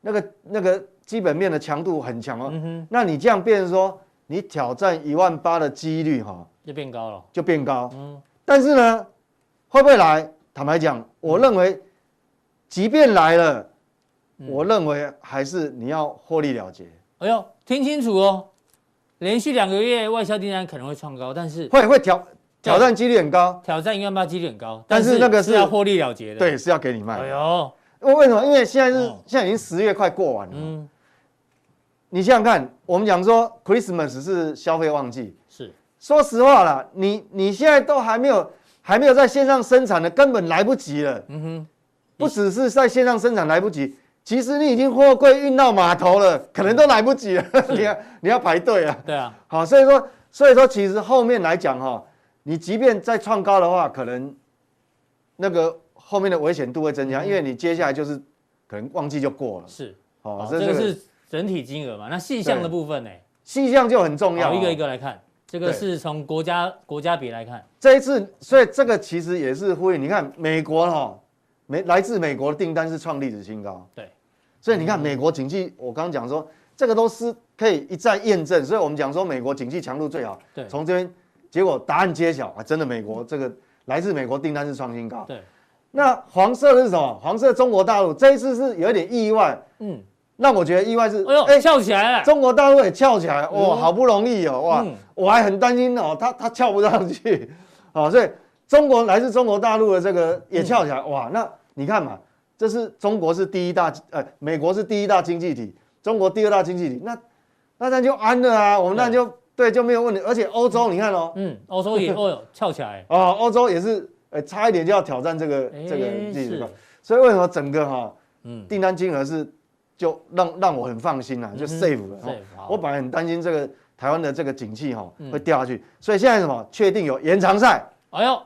Speaker 2: 那个那个基本面的强度很强哦，
Speaker 1: 嗯哼，
Speaker 2: 那你这样变成说你挑战一万八的几率哈、
Speaker 1: 就变高了。
Speaker 2: 就变高。
Speaker 1: 嗯
Speaker 2: 但是呢，会不会来？坦白讲，我认为，即便来了，我认为还是你要获利了结。
Speaker 1: 哎呦，听清楚哦，连续两个月外销订单可能会创高，但是
Speaker 2: 会会挑挑战几率很高，
Speaker 1: 挑战一万八几率很高，
Speaker 2: 但是那个
Speaker 1: 是
Speaker 2: 是
Speaker 1: 要获利了结的。，
Speaker 2: 对，是要给你卖
Speaker 1: 哎。呦，
Speaker 2: 为为什么？因为现在是
Speaker 1: 哦
Speaker 2: 现在已经十月快过完了，
Speaker 1: 嗯，
Speaker 2: 你想想看，我们讲说 Christmas 是消费旺季，
Speaker 1: 是
Speaker 2: 说实话啦，你你现在都还没有还没有在线上生产的，根本来不及了。嗯哼，不只是在线上生产来不及，其实你已经货柜运到码头了，可能都来不及了。 你要你要排队啊。
Speaker 1: 对啊，
Speaker 2: 好，所以说所以说，其实后面来讲哈、你即便再创高的话，可能那个后面的危险度会增
Speaker 1: 嗯
Speaker 2: 加，因为你接下来就是可能旺季就过了。
Speaker 1: 是。
Speaker 2: 好
Speaker 1: 好，，
Speaker 2: 哦这
Speaker 1: 这个
Speaker 2: 是
Speaker 1: 是整体金额嘛？那细项的部分呢？
Speaker 2: 细项就很重要、
Speaker 1: 好，
Speaker 2: 哦。
Speaker 1: 一个一个来看。这个
Speaker 2: 对
Speaker 1: 是从国家国家比来看，
Speaker 2: 这一次，所以这个其实也是呼应。你看美国哈、美来自美国的订单是创历史新高，
Speaker 1: 对，嗯
Speaker 2: 所以你看美国景气，我刚刚讲说这个都是可以一再验证，所以我们讲说美国景气强度最好。
Speaker 1: 对
Speaker 2: 从这边结果答案揭晓啊，真的美国这个来自美国订单是创新高。
Speaker 1: 对，
Speaker 2: 那黄色的是什么？黄色中国大陆这一次是有一点意外，
Speaker 1: 嗯，
Speaker 2: 让我觉得意外是，
Speaker 1: 哎呦，
Speaker 2: 哎
Speaker 1: 翘起来了，
Speaker 2: 中国大陆也翘起来，哇，
Speaker 1: 嗯
Speaker 2: 好不容易哦，哇，
Speaker 1: 嗯
Speaker 2: 我还很担心哦，它它翘不上去， 哦，所以中国来自中国大陆的这个也翘起来，
Speaker 1: 嗯
Speaker 2: 哇，那你看嘛，这是中国是第一大，呃，美国是第一大经济体，中国第二大经济体，那那咱就安了啊，我们那
Speaker 1: 对
Speaker 2: 就对就没有问题，而且欧洲你看哦，
Speaker 1: 嗯，欧 洲也，哦呦，翘起来，
Speaker 2: 哦，欧洲也是，呃，差一点就要挑战这个
Speaker 1: 哎
Speaker 2: 这个历史
Speaker 1: 是
Speaker 2: 了，所以为什么整个哈、
Speaker 1: 嗯，
Speaker 2: 订单金额是就让让我很放心啊啦，就 safe 了。
Speaker 1: safe，
Speaker 2: 哦
Speaker 1: 好
Speaker 2: 我本来很担心这个台湾的这个景气哈
Speaker 1: 嗯
Speaker 2: 会掉下去，所以现在什么确定有延长赛，
Speaker 1: 哎呦，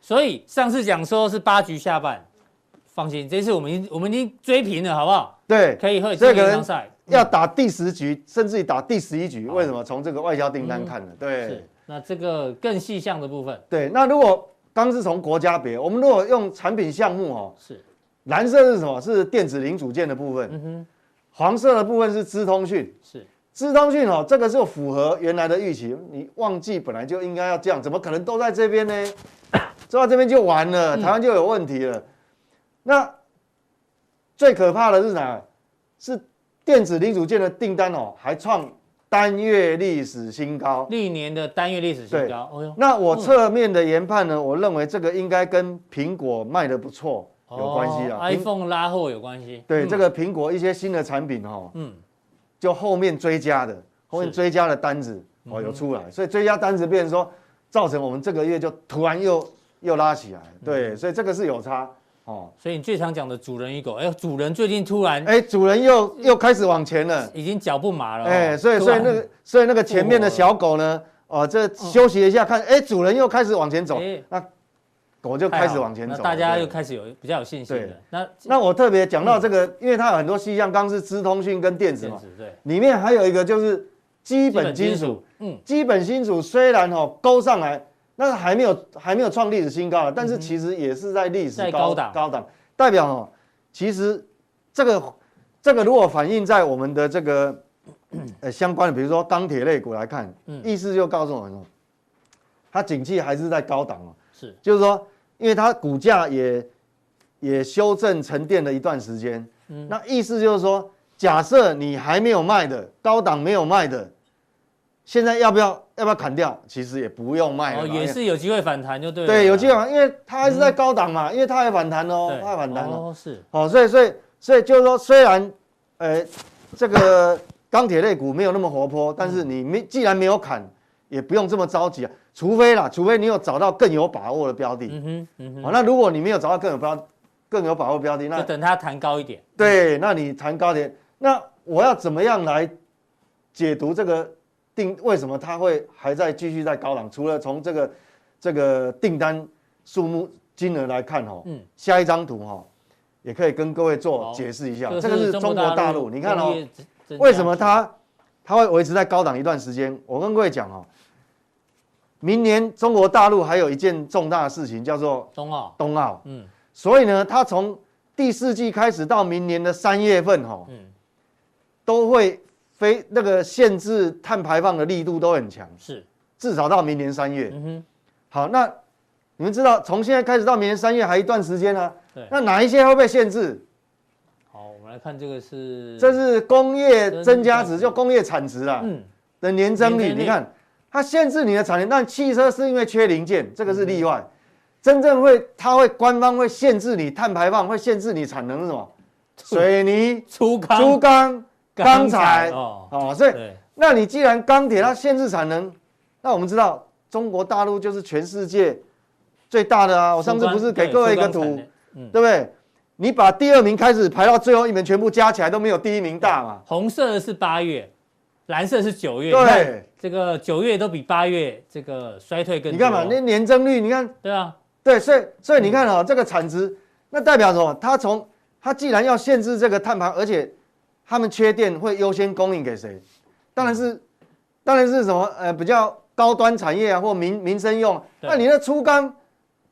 Speaker 1: 所以上次讲说是八局下半，放心，这次我们已经我们已经追平了，好不好？
Speaker 2: 对，
Speaker 1: 可以会
Speaker 2: 这
Speaker 1: 这
Speaker 2: 个
Speaker 1: 个
Speaker 2: 人
Speaker 1: 场赛
Speaker 2: 要打第十局，甚至于打第十一局。
Speaker 1: 好嗯
Speaker 2: 为什么？从这个外交订单看了，对
Speaker 1: 是。那这个更细项的部分
Speaker 2: 对。那如果刚是从国家别，我们如果用产品项目哦，
Speaker 1: 是，
Speaker 2: 蓝色是什么？是电子零组件的部分，
Speaker 1: 嗯哼，
Speaker 2: 黄色的部分是资通讯。
Speaker 1: 是
Speaker 2: 资通讯哦，这个就符合原来的预期。你旺季本来就应该要这样，怎么可能都在这边呢？ 坐在这边就完了，
Speaker 1: 嗯
Speaker 2: 台湾就有问题了。那最可怕的是哪？是电子零组件的订单哦，还创单月历史新高。
Speaker 1: 历年的单月历史新高，哎呦，
Speaker 2: 那我侧面的研判呢，我认为这个应该跟苹果卖的不错有关系
Speaker 1: 哦
Speaker 2: 啊。苹
Speaker 1: ，iPhone 拉货有关系，
Speaker 2: 对
Speaker 1: 嗯
Speaker 2: 这，个苹果一些新的产品哦，
Speaker 1: 嗯，
Speaker 2: 就后面追加的，后面追加的单子
Speaker 1: 嗯
Speaker 2: 哦有出来，所以追加单子变成说，造成我们这个月就突然又又拉起来，
Speaker 1: 嗯
Speaker 2: 对，所以这个是有差哦。
Speaker 1: 所以你最常讲的主人与狗，哎呦，主人最近突然
Speaker 2: 哎，主人又又开始往前了，
Speaker 1: 已经脚不麻了哦，
Speaker 2: 哎，所以
Speaker 1: 突
Speaker 2: 所以
Speaker 1: 然嗯
Speaker 2: 那个所以那个前面的小狗呢，哦，这休息一下看，哎，主人又开始往前走
Speaker 1: 哎，
Speaker 2: 那狗就开始往前
Speaker 1: 太好了
Speaker 2: 走，
Speaker 1: 那大家
Speaker 2: 对
Speaker 1: 又开始有比较有信心
Speaker 2: 对
Speaker 1: 了。那
Speaker 2: 那我特别讲到这个，因为它有很多细项，刚刚是资通讯跟电子
Speaker 1: 电
Speaker 2: 嘛，
Speaker 1: 子对，
Speaker 2: 里面还有一个就是
Speaker 1: 基
Speaker 2: 基本金属。，
Speaker 1: 嗯，
Speaker 2: 基本金属虽然哦勾上来，那是还没有还没有创历史新高了，但是其实也是在历史
Speaker 1: 嗯在
Speaker 2: 高
Speaker 1: 高档
Speaker 2: 高档，代表哦，其实这个这个如果反映在我们的这个呃相关的，比如说钢铁类股来看，
Speaker 1: 嗯
Speaker 2: 意思就告诉我们哦，它景气还是在高档哦，
Speaker 1: 是
Speaker 2: 就是说，因为它股价也也修正沉淀了一段时间，
Speaker 1: 嗯
Speaker 2: 那意思就是说，假设你还没有卖的，高档没有卖的，现在要不要要不要砍掉？其实也不用卖了
Speaker 1: 哦，
Speaker 2: 嘛、
Speaker 1: 也是有机会反弹就对
Speaker 2: 因为
Speaker 1: 了。
Speaker 2: 对，有机
Speaker 1: 会
Speaker 2: 会嘛，因为它还是在高档嘛，因为它还反弹哦，它还反弹哦，
Speaker 1: 嗯哦，是
Speaker 2: 好、所以所以所以就是说，虽然呃这个钢铁类股没有那么活
Speaker 1: 嗯
Speaker 2: 泼，但是你没既然没有砍，也不用这么着急啊，除非啦，除非你有找到更有把握的标的，
Speaker 1: 嗯哼嗯
Speaker 2: 好、那如果你没有找到更有标更有把握标的，
Speaker 1: 哼，就
Speaker 2: 那
Speaker 1: 等它弹高一点。
Speaker 2: 对，那你谈高点，那我要怎么样来解读这个订？为什么它会还在继续在高档？除了从这个这个订单数目金额来看哦，
Speaker 1: 嗯
Speaker 2: 下一张图哈、哦，也可以跟各位做
Speaker 1: 好
Speaker 2: 解释一下。这个是中国大陆，你看
Speaker 1: 工
Speaker 2: 哦，
Speaker 1: 业增加
Speaker 2: 为什么它它会维持在高档一段时间？我跟各位讲哦，明年中国大陆还有一件重大的事情叫做
Speaker 1: 中澳？
Speaker 2: 冬奥，
Speaker 1: 嗯
Speaker 2: 所以呢，它从第四季开始到明年的三月份哈、哦，
Speaker 1: 嗯，
Speaker 2: 都会非那个限制碳排放的力度都很强，
Speaker 1: 是
Speaker 2: 至少到明年三月。
Speaker 1: 嗯哼，
Speaker 2: 好，那你们知道从现在开始到明年三月还一段时间啊，
Speaker 1: 对。
Speaker 2: 那哪一些会被限制？
Speaker 1: 好，我们来看这个是
Speaker 2: 这是工业增加值，
Speaker 1: 增
Speaker 2: 就工业产值啊
Speaker 1: 嗯
Speaker 2: 的年增率。
Speaker 1: 年增率
Speaker 2: 你看它限制你的产能，但汽车是因为缺零件，这个是例外。真正会，它会官方会限制你碳排放，会限制你产能是什么？水泥、
Speaker 1: 粗钢
Speaker 2: 猪钢、钢材
Speaker 1: 哦，
Speaker 2: 哦，所以
Speaker 1: 对，
Speaker 2: 那你既然钢铁它限制产能，那我们知道中国大陆就是全世界最大的啊。我上次不是给各位一个图，
Speaker 1: 对粗钢产
Speaker 2: 对
Speaker 1: 能嗯，
Speaker 2: 不对？你把第二名开始排到最后一名，全部加起来都没有第一名大嘛？
Speaker 1: 红色的是八月，蓝色是九月，你看
Speaker 2: 对，
Speaker 1: 这个九月都比八月这个衰退更
Speaker 2: 你
Speaker 1: 多。
Speaker 2: 看嘛，那年增率，你看，
Speaker 1: 对啊，
Speaker 2: 对，所以
Speaker 1: 嗯
Speaker 2: 所以你看哦，这个产值，那代表什么？它从它既然要限制这个碳排，而且他们缺电会优先供应给谁？当然
Speaker 1: 嗯
Speaker 2: 是，当然是什么呃比较高端产业啊，或民民生用啊。
Speaker 1: 对
Speaker 2: 那你的粗钢，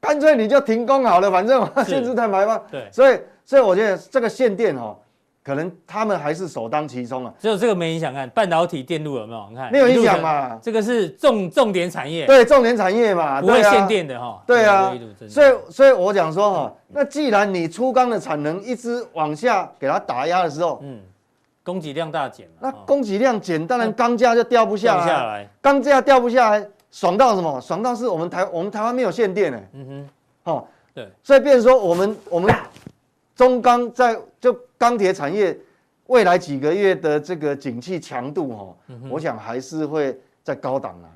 Speaker 2: 干脆你就停工好了，反正我
Speaker 1: 是
Speaker 2: 限制碳排放。
Speaker 1: 对，
Speaker 2: 所以所以我觉得这个限电哦，可能他们还是首当其冲啊，
Speaker 1: 只有这个没影响。看半导体电路有没有？你看
Speaker 2: 没有影
Speaker 1: 一
Speaker 2: 响
Speaker 1: 路的，
Speaker 2: 嘛。
Speaker 1: 这个是重重点产业，
Speaker 2: 对，重点产业嘛，
Speaker 1: 不会
Speaker 2: 对啊
Speaker 1: 限电的哈。
Speaker 2: 对啊
Speaker 1: 这一路真的
Speaker 2: 所以，所以我讲说哈、那既然你粗钢的产能一直往下给它打压的时候，
Speaker 1: 嗯，供给量大减嘛，
Speaker 2: 那
Speaker 1: 哦
Speaker 2: 供给量减，当然
Speaker 1: 那
Speaker 2: 钢价就掉不下
Speaker 1: 降嗯下
Speaker 2: 来，
Speaker 1: 来，
Speaker 2: 钢价掉不下来，爽到什么？爽到是我们台我们台湾没有限电哎、
Speaker 1: 嗯哼，
Speaker 2: 哦，
Speaker 1: 对，
Speaker 2: 所以变成说我们我们中钢在就钢铁产业未来几个月的这个景气强度哈、
Speaker 1: 嗯
Speaker 2: 我想还是会在高档啊。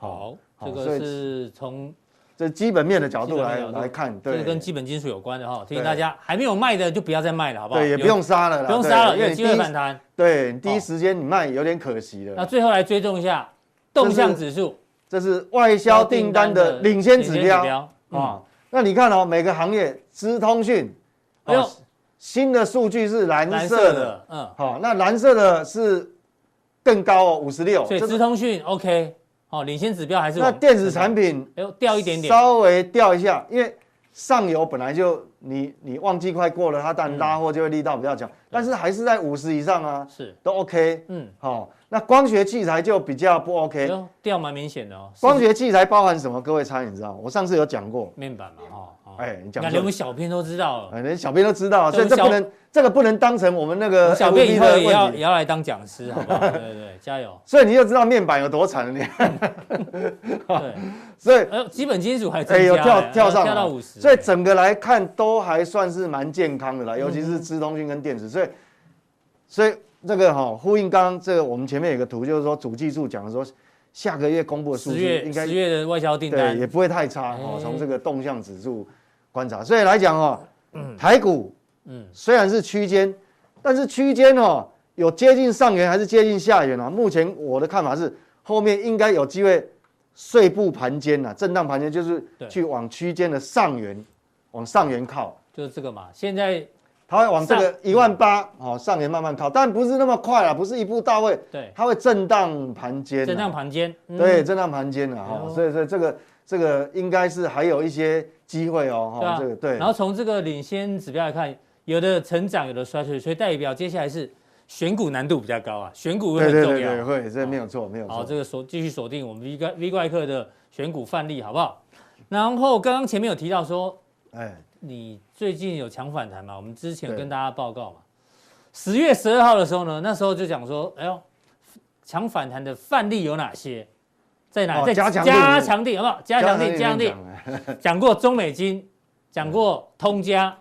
Speaker 1: 好，
Speaker 2: 好
Speaker 1: 这
Speaker 2: 所以
Speaker 1: 个是从
Speaker 2: 这基本面的角度来
Speaker 1: 基本面角度
Speaker 2: 来看，
Speaker 1: 这
Speaker 2: 对
Speaker 1: 个，跟基本金属有关的哈，提醒
Speaker 2: 对
Speaker 1: 大家还没有卖的就不要再卖了，好不好？
Speaker 2: 对也不
Speaker 1: 有
Speaker 2: 用杀了啦，
Speaker 1: 不用杀了，
Speaker 2: 对因为
Speaker 1: 有
Speaker 2: 你
Speaker 1: 机
Speaker 2: 第
Speaker 1: 会
Speaker 2: 一
Speaker 1: 反弹。
Speaker 2: 对你第一时间你卖有点可惜
Speaker 1: 那
Speaker 2: 了，
Speaker 1: 最后来追踪一下动向指数，
Speaker 2: 这是外销订单的领先指标啊、
Speaker 1: 啊，
Speaker 2: 那你看哦，每个行业，资通讯，
Speaker 1: 哎呦
Speaker 2: 哦，新的数据是蓝
Speaker 1: 蓝
Speaker 2: 色
Speaker 1: 色
Speaker 2: 的，
Speaker 1: 的，嗯，
Speaker 2: 好、那蓝色的是更高哦，五十六。
Speaker 1: 所以
Speaker 2: 这
Speaker 1: 资
Speaker 2: 是
Speaker 1: 通讯 OK，哦，领先指标还是
Speaker 2: 那
Speaker 1: 往
Speaker 2: 电子产品
Speaker 1: 哎呦掉一点点，
Speaker 2: 稍微掉一下，因为上游本来就你你旺季快过了，它当然拉货就会力道比较强，但是还是在五十以上啊，
Speaker 1: 是，
Speaker 2: 都 OK。
Speaker 1: 嗯，
Speaker 2: 好、那光学器材就比较不 OK。
Speaker 1: 哎呦掉蛮明显的哦，
Speaker 2: 光学器材包含什么？各位猜，你知道吗？我上次有讲过，
Speaker 1: 面板嘛，哦，哦
Speaker 2: 哎你讲
Speaker 1: 看
Speaker 2: 错
Speaker 1: 连我们小编都知道了，
Speaker 2: 哎，连小编都知道，所以
Speaker 1: 这
Speaker 2: 这
Speaker 1: 种
Speaker 2: 不能，这个不能当成我们那
Speaker 1: 我
Speaker 2: 个
Speaker 1: 们小编
Speaker 2: FB
Speaker 1: 以后
Speaker 2: 的
Speaker 1: 也要
Speaker 2: 呃问
Speaker 1: 也
Speaker 2: 题。
Speaker 1: 要来当讲师， 好不好？对对对，加油，
Speaker 2: 所以你就知道面板有多惨了，你。
Speaker 1: 对，
Speaker 2: 所以，
Speaker 1: 哎呦，基本金属还增
Speaker 2: 哎，
Speaker 1: 加
Speaker 2: 有
Speaker 1: 了，
Speaker 2: 跳
Speaker 1: 哎呦
Speaker 2: 跳上来
Speaker 1: 跳到五十，嗯
Speaker 2: 所以整个来看都还算是蛮健康的啦，尤其是资通讯跟电子，所以，所以这个哈、呼应刚刚这个我们前面有个图，就是说主技术讲的说，下个月公布的数
Speaker 1: 十
Speaker 2: 据
Speaker 1: 月
Speaker 2: 应该
Speaker 1: 十月的外销订
Speaker 2: 对，
Speaker 1: 单
Speaker 2: 也不会太差哦。
Speaker 1: 哎
Speaker 2: 从这个动向指数观察，所以来讲哦，台股，嗯，虽然是区间，但是区间哦有接近上缘还是接近下缘啊？目前我的看法是，后面应该有机会碎步盘间呐、震荡盘间就是
Speaker 1: 对
Speaker 2: 去往区间的上缘，往上缘靠，
Speaker 1: 就是这个嘛。现在
Speaker 2: 它会往这个
Speaker 1: 上
Speaker 2: 一万八哦上缘慢慢靠，但不是那么快啊啦，不是一步到位，
Speaker 1: 对
Speaker 2: 它会震荡盘间、啊
Speaker 1: 震荡。盘间，嗯
Speaker 2: 对，震荡盘间的
Speaker 1: 哎
Speaker 2: 哈，
Speaker 1: 呦
Speaker 2: 所以所以这个这个应该是还有一些机会哦，
Speaker 1: 对
Speaker 2: 哈，
Speaker 1: 啊，
Speaker 2: 这个对
Speaker 1: 然，后从这个领先指标来看，有的成长，有的衰退，所以代表接下来是选股难度比较高啊，选股会
Speaker 2: 对
Speaker 1: 很
Speaker 2: 对
Speaker 1: 重
Speaker 2: 对对，
Speaker 1: 要。哦
Speaker 2: 会，这没有错，没有
Speaker 1: 好，
Speaker 2: 错
Speaker 1: 这，个锁继续锁定我们 V 怪 V 怪客的选股范例，好不好？然后刚刚前面有提到说，
Speaker 2: 哎，
Speaker 1: 你最近有强反弹嘛？我们之前有
Speaker 2: 对
Speaker 1: 跟大家报告嘛，十月十二号的时候呢，那时候就讲说，哎呦，强反弹的范例有哪些？在哪？
Speaker 2: 哦
Speaker 1: 在
Speaker 2: 加强力
Speaker 1: 加强地，好不好？加强地，
Speaker 2: 刚
Speaker 1: 加
Speaker 2: 刚
Speaker 1: 强
Speaker 2: 你
Speaker 1: 地
Speaker 2: 讲，了
Speaker 1: 讲过中美金，讲过通家，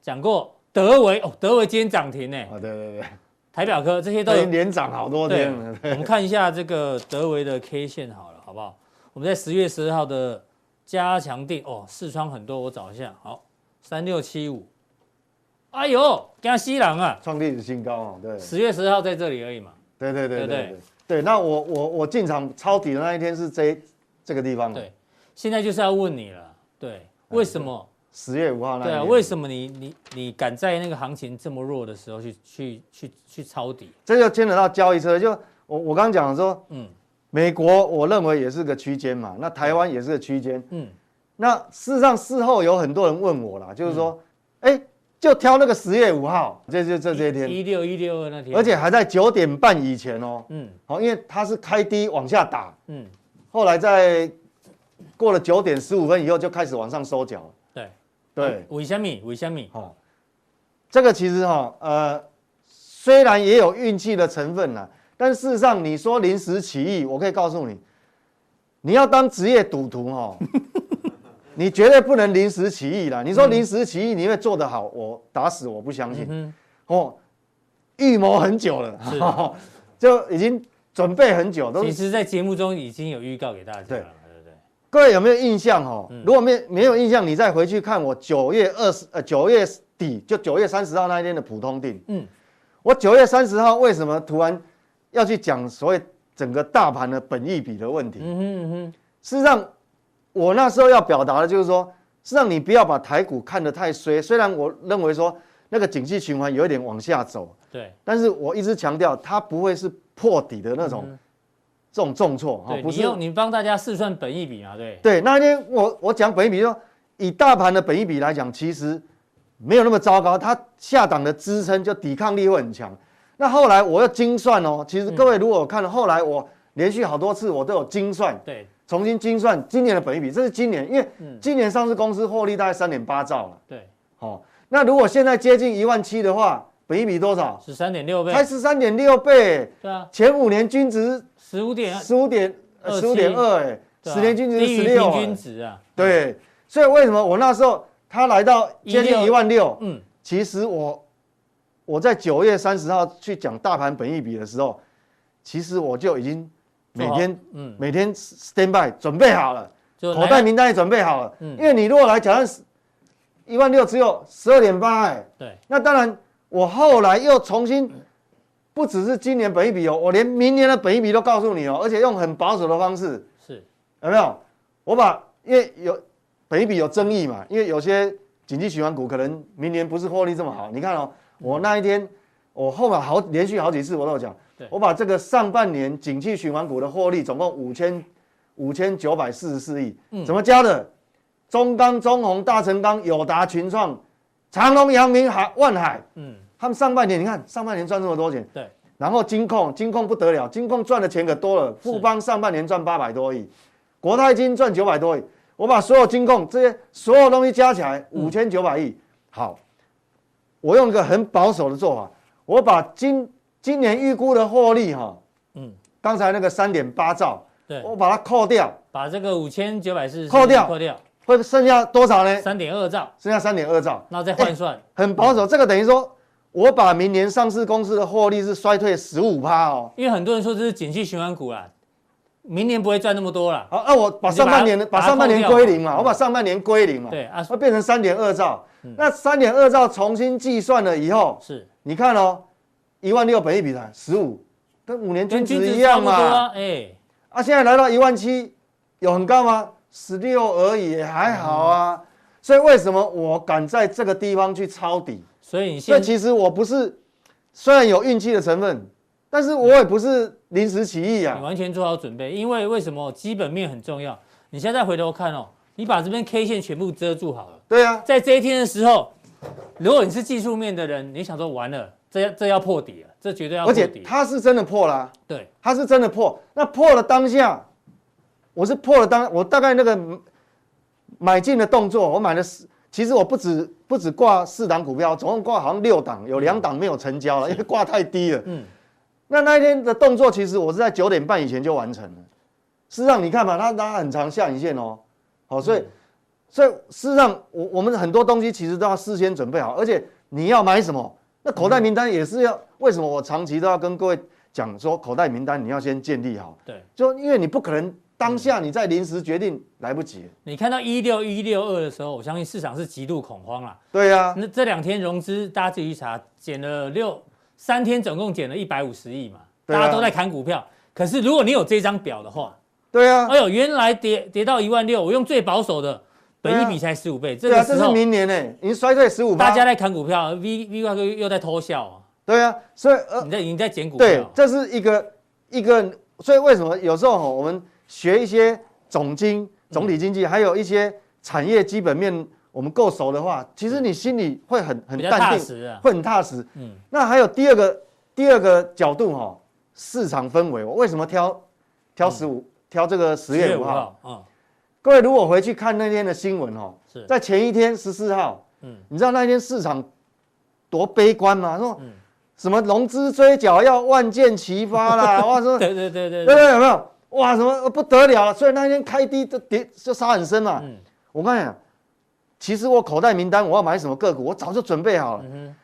Speaker 1: 讲过德维，哦，德维今天涨停呢，
Speaker 2: 哦，对对对，
Speaker 1: 台表科这些都
Speaker 2: 都已
Speaker 1: 有
Speaker 2: 经连涨好多天了，
Speaker 1: 我们看一下这个德维的 K 线好了，好不好？我们在十月十二号的加强定哦，四川很多，我找一下，好，三六七五，哎呦，江西郎啊，
Speaker 2: 创历史新高哦，对，
Speaker 1: 十月十号在这里而已嘛，
Speaker 2: 对对对
Speaker 1: 对
Speaker 2: 对
Speaker 1: 对
Speaker 2: 对对，那我我我进场抄底的那一天是这这个地方，
Speaker 1: 对，现在就是要问你了，对，为什么？
Speaker 2: 十月五号哎那一
Speaker 1: 对
Speaker 2: 天，
Speaker 1: 啊，为什么你你你敢在那个行情这么弱的时候去去去去抄底？
Speaker 2: 这就牵扯到交易车，就我我刚刚讲的说，
Speaker 1: 嗯
Speaker 2: 美国我认为也是个区间嘛，那台湾也是个区间，
Speaker 1: 嗯，
Speaker 2: 那事实上事后有很多人问我啦，就是说，哎、就挑那个十月五号，这就这这一天，
Speaker 1: 一六一六二那天，
Speaker 2: 而且还在九点半以前哦，
Speaker 1: 嗯
Speaker 2: 好，因为它是开低往下打，
Speaker 1: 嗯，
Speaker 2: 后来在过了九点十五分以后就开始往上收脚了，
Speaker 1: 对
Speaker 2: 对，
Speaker 1: 为什么？为什么？
Speaker 2: 好、这个其实哈、呃，虽然也有运气的成分啦，但事实上你说临时起意，我可以告诉你，你要当职业赌徒哈、 你绝对不能临时起意啦。你说临时起意你会做得好，我打死我不相信、
Speaker 1: 嗯
Speaker 2: 哦。预谋很久了，
Speaker 1: 是
Speaker 2: 就已经准备很久，都
Speaker 1: 哼，其
Speaker 2: 是
Speaker 1: 实，在节目中已经有预告给大家了嘛，对不对？
Speaker 2: 各位有没有印象哦？
Speaker 1: 嗯
Speaker 2: 如果没没有印象，你再回去看我九月二十呃九月底就九月三十号那一天的普通定，
Speaker 1: 嗯，
Speaker 2: 我九月三十号为什么突然要去讲所谓整个大盘的本益比的问题？
Speaker 1: 嗯哼嗯哼，
Speaker 2: 事实上，我那时候要表达的就是说，事实上你不要把台股看得太衰。虽然我认为说那个景气循环有一点往下走，
Speaker 1: 对
Speaker 2: 但是我一直强调它不会是破底的那种、这种重挫哈，
Speaker 1: 嗯对，
Speaker 2: 哦不
Speaker 1: 你
Speaker 2: 是
Speaker 1: 用你帮大家试算本益比嘛，对，
Speaker 2: 对，那天我我讲本益比就说，以大盘的本益比来讲，其实没有那么糟糕，它下档的支撑就抵抗力会很强。那后来我要精算哦，其实各位如果有看后来我连续好多次我都有精算，
Speaker 1: 对
Speaker 2: 重新精算今年的本益比，这是今年，因为
Speaker 1: 嗯
Speaker 2: 今年上市公司获利大概三点八兆了，
Speaker 1: 对，
Speaker 2: 哦，那如果现在接近一万七的话，本益比多少？
Speaker 1: 十三点六倍，
Speaker 2: 才十三点六倍，
Speaker 1: 对啊，
Speaker 2: 前五年均值
Speaker 1: 十五点，
Speaker 2: 十五点十五点二，哎，
Speaker 1: 对啊
Speaker 2: 十年均值
Speaker 1: 低
Speaker 2: 十
Speaker 1: 于
Speaker 2: 六，哎
Speaker 1: 平均值啊，
Speaker 2: 对，所以为什么我那时候他来到接近
Speaker 1: 16
Speaker 2: 一万六，
Speaker 1: 嗯，
Speaker 2: 其实我我在九月三十号去讲大盘本益比的时候，其实我就已经每天
Speaker 1: 嗯，
Speaker 2: 每天 stand by 准备好了，
Speaker 1: 就
Speaker 2: 口
Speaker 1: 来啊
Speaker 2: 袋名单也准备好了，
Speaker 1: 嗯
Speaker 2: 因为你如果来挑战一万六只有十二点八，哎，
Speaker 1: 对
Speaker 2: 那当然我后来又重新。
Speaker 1: 嗯
Speaker 2: 不只是今年本益比哦，我连明年的本益比都告诉你哦，而且用很保守的方式，
Speaker 1: 是，
Speaker 2: 有没有？我把因为有本一笔有争议嘛，因为有些紧急循环股可能明年不是获利这么好。你看哦，我那一天我后面好连续好几次我都有讲
Speaker 1: 对，
Speaker 2: 我把这个上半年景气循环股的获利总共五千五千九百四十四亿，怎么加的？中钢、中宏、大成钢、友达、群创、长隆、阳明、海万海，
Speaker 1: 嗯，
Speaker 2: 他们上半年你看上半年赚这么多钱，
Speaker 1: 对，
Speaker 2: 然后金控，金控不得了，金控赚的钱可多了，富邦上半年赚八百多亿，国泰金赚九百多亿，我把所有金控这些所有东西加起来
Speaker 1: 嗯
Speaker 2: 五千九百亿。好，我用一个很保守的做法，我把今今年预估的获利哈，
Speaker 1: 嗯
Speaker 2: 嗯，刚才那个三点八兆，
Speaker 1: 对，
Speaker 2: 我把它扣掉，
Speaker 1: 把这个五千九百四
Speaker 2: 哦扣掉
Speaker 1: 扣掉
Speaker 2: 会剩下多少呢？
Speaker 1: 三点二兆，
Speaker 2: 剩下三点二兆，
Speaker 1: 那再换算，
Speaker 2: 很保守。这个等于说，我把明年上市公司的获利是衰退十五趴哦。
Speaker 1: 因为很多人说这是景气循环股啦，明年不会赚那么多啦，
Speaker 2: 好，那我把
Speaker 1: 你就
Speaker 2: 上
Speaker 1: 把它
Speaker 2: 半年的
Speaker 1: 把
Speaker 2: 把
Speaker 1: 它
Speaker 2: 上半年
Speaker 1: 扣掉
Speaker 2: 归零嘛，
Speaker 1: 嗯
Speaker 2: 我把上半年归零嘛，
Speaker 1: 对嗯啊
Speaker 2: 会变成三点二兆。那三点二兆重新计算了以后，
Speaker 1: 是，
Speaker 2: 你看哦，一万六本一比台十五，跟五年均
Speaker 1: 跟均
Speaker 2: 值
Speaker 1: 值
Speaker 2: 一
Speaker 1: 差
Speaker 2: 样
Speaker 1: 不多啊
Speaker 2: 嘛。，
Speaker 1: 哎，
Speaker 2: 啊，现在来到一万七，有很高吗？十六而已，还好啊。
Speaker 1: 嗯
Speaker 2: 所以为什么我敢在这个地方去抄底？
Speaker 1: 所以你
Speaker 2: 所
Speaker 1: 现
Speaker 2: 以其实我不是，虽然有运气的成分，但是我也不是临时起意
Speaker 1: 你
Speaker 2: 啊。
Speaker 1: 完全做好准备，因为为什么基本面很重要？你现在再回头看哦，你把这边 K 线全部遮住好了。
Speaker 2: 对啊，
Speaker 1: 在这一天的时候，如果你是技术面的人，你想说完了，这要这要破底了，这绝对要破
Speaker 2: 而且
Speaker 1: 底。
Speaker 2: 它是真的破啊啦、
Speaker 1: 对，
Speaker 2: 它是真的破。那破了当下，我是破了当，我大概那个嗯买进的动作，我买了四，其实我不止不止挂四档股票，总共挂好像六档，有两档没有成交了，因为挂太低了。
Speaker 1: 嗯，
Speaker 2: 那那一天的动作，其实我是在九点半以前就完成了。事实上，你看嘛，它拉很长下影线哦，好，所以、
Speaker 1: 嗯
Speaker 2: 所以事实上，我我们很多东西其实都要事先准备好，而且你要买什么，那口袋名单也
Speaker 1: 嗯
Speaker 2: 是要。为什么我长期都要跟各位讲说，口袋名单你要先建立好，
Speaker 1: 对。
Speaker 2: 就因为你不可能当下
Speaker 1: 嗯
Speaker 2: 你再临时决定，来不及。
Speaker 1: 你看到一六一六二的时候，我相信市场是极度恐慌啦。
Speaker 2: 对啊呀、
Speaker 1: 那这两天融资大家自己去查，减了六三天，总共减了一百五十亿嘛，
Speaker 2: 对
Speaker 1: 大
Speaker 2: 啊
Speaker 1: 家都在砍股票。可是如果你有这张表的话，
Speaker 2: 对啊呀、
Speaker 1: 哎呦，原来跌跌到一万六，我用最保守的，本
Speaker 2: 对啊
Speaker 1: 一比才十五倍，这个
Speaker 2: 对啊，这
Speaker 1: 时
Speaker 2: 是
Speaker 1: 候
Speaker 2: 明年呢、已经衰退十五，
Speaker 1: 大家在砍股票，V V 怪哥又在偷笑啊，
Speaker 2: 对啊，所以呃，
Speaker 1: 你在你在捡股
Speaker 2: 对
Speaker 1: 票，，
Speaker 2: 这是一个一个，所以为什么有时候吼我们学一些总
Speaker 1: 嗯
Speaker 2: 经、总体经济，还有一些产业基本面，我们够熟的话，其实你心里会很很
Speaker 1: 嗯比较踏
Speaker 2: 淡定，
Speaker 1: 实啊。
Speaker 2: 会很踏实。
Speaker 1: 嗯，
Speaker 2: 那还有第二个第二个角度哈，市场氛围，我为什么挑挑十五、挑这个十月五号？，
Speaker 1: 嗯，
Speaker 2: 各位如果回去看那天的新闻哦，
Speaker 1: 是
Speaker 2: 在前一天十四号，
Speaker 1: 嗯
Speaker 2: 你知道那天市场多悲观吗？说
Speaker 1: 嗯
Speaker 2: 什么融资追缴要万箭齐 发啦，哇说对
Speaker 1: 对对对对
Speaker 2: 不
Speaker 1: 对，
Speaker 2: 对？有没有？哇，什么不得了所以那天开低就跌就杀很深嘛。
Speaker 1: 嗯
Speaker 2: 我跟你讲，其实我口袋名单我要买什么个股，我早就准备好了。
Speaker 1: 嗯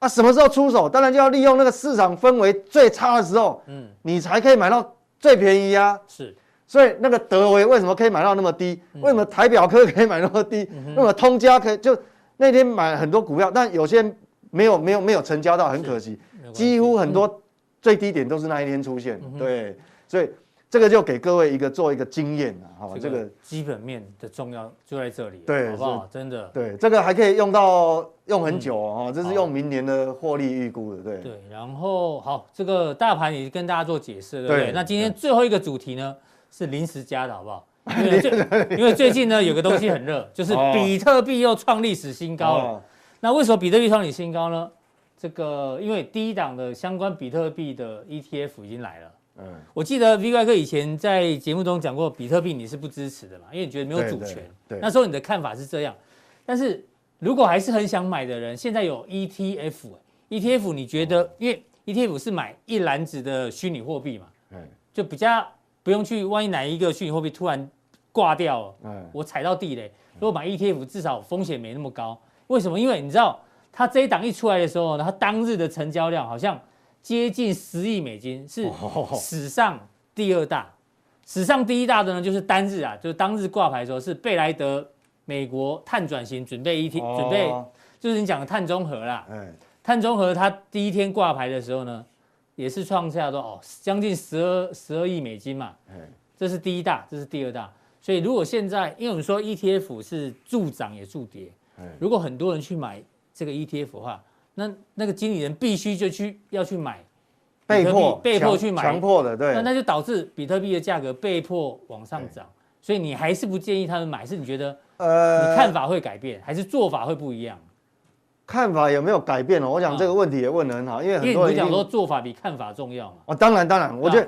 Speaker 2: 啊，什么时候出手？当然就要利用那个市场氛围最差的时候，
Speaker 1: 嗯，
Speaker 2: 你才可以买到最便宜啊。
Speaker 1: 是
Speaker 2: 所以那个德维为什么可以买到那么低？
Speaker 1: 嗯
Speaker 2: 为什么台表科可以买那么低？为什么通家可以就那天买很多股票，但有些没有没有没有成交到，很可惜。
Speaker 1: 没关系嗯
Speaker 2: 几乎很多最低点都是那一天出现。对，所以这个就给各位一个做一个经验啊，哈，这个
Speaker 1: 基本面的重要就在这里了，
Speaker 2: 对
Speaker 1: 好不好？真的，
Speaker 2: 对，这个还可以用到用很久哦，哈这是用明年的获利预估的，对，
Speaker 1: 嗯对。然后好，这个大盘也跟大家做解释，对不对？
Speaker 2: 对
Speaker 1: 那今天最后一个主题呢是临时加的，好 不好？因为最因为最近呢有个东西很热，就是
Speaker 2: 哦
Speaker 1: 比特币又创历史新高了。
Speaker 2: 哦，
Speaker 1: 那为什么比特币创历史新高呢？这个因为第一档的相关比特币的 ETF 已经来了。
Speaker 2: 嗯，
Speaker 1: 我记得 V 怪哥以前在节目中讲过，比特币你是不支持的嘛，因为你觉得没有
Speaker 2: 对
Speaker 1: 主
Speaker 2: 对
Speaker 1: 权。
Speaker 2: 对
Speaker 1: 那时候你的看法是这样，但是如果还是很想买的人，现在有 E ETF，ETF E 你觉
Speaker 2: 哦
Speaker 1: 得，因为 ETF 是买一篮子的虚拟货币嘛，
Speaker 2: 哎，
Speaker 1: 就比较不用去，万一哪一个虚拟货币突然挂掉了，
Speaker 2: 哎，
Speaker 1: 我踩到地雷。如果买 ETF，至少风险没那么高。为什么？因为你知道，它这一档一出来的时候呢，它当日的成交量好像接近十亿美金，是史上第二大。史上第一大的呢，就是单日啊，就是当日挂牌的时候是贝莱德美国碳转型准备 ET，、
Speaker 2: 哦
Speaker 1: 准备就是你讲的碳中和啦。
Speaker 2: 哎，
Speaker 1: 碳中和它第一天挂牌的时候呢，也是创下说哦将近十二十二亿美金嘛，
Speaker 2: 哎，
Speaker 1: 这是第一大，这是第二大。所以如果现在，因为我们说 ETF 是助涨也助跌
Speaker 2: 哎，
Speaker 1: 如果很多人去买这个 ETF 的话，那那个经理人必须就去要去买，
Speaker 2: 被迫
Speaker 1: 被迫
Speaker 2: 强
Speaker 1: 去买
Speaker 2: 强迫的，对
Speaker 1: 那，那就导致比特币的价格被迫往上涨。所以你还是不建议他们买，是你觉得
Speaker 2: 呃
Speaker 1: 你看法会改变，还是做法会不一样？
Speaker 2: 看法有没有改变哦？我想这个问题也问得很好，因为
Speaker 1: 嗯因为
Speaker 2: 很
Speaker 1: 你
Speaker 2: 多
Speaker 1: 不
Speaker 2: 人一
Speaker 1: 讲
Speaker 2: 定
Speaker 1: 说嗯做法比看法重要嘛。
Speaker 2: 哦，当然当然，我觉得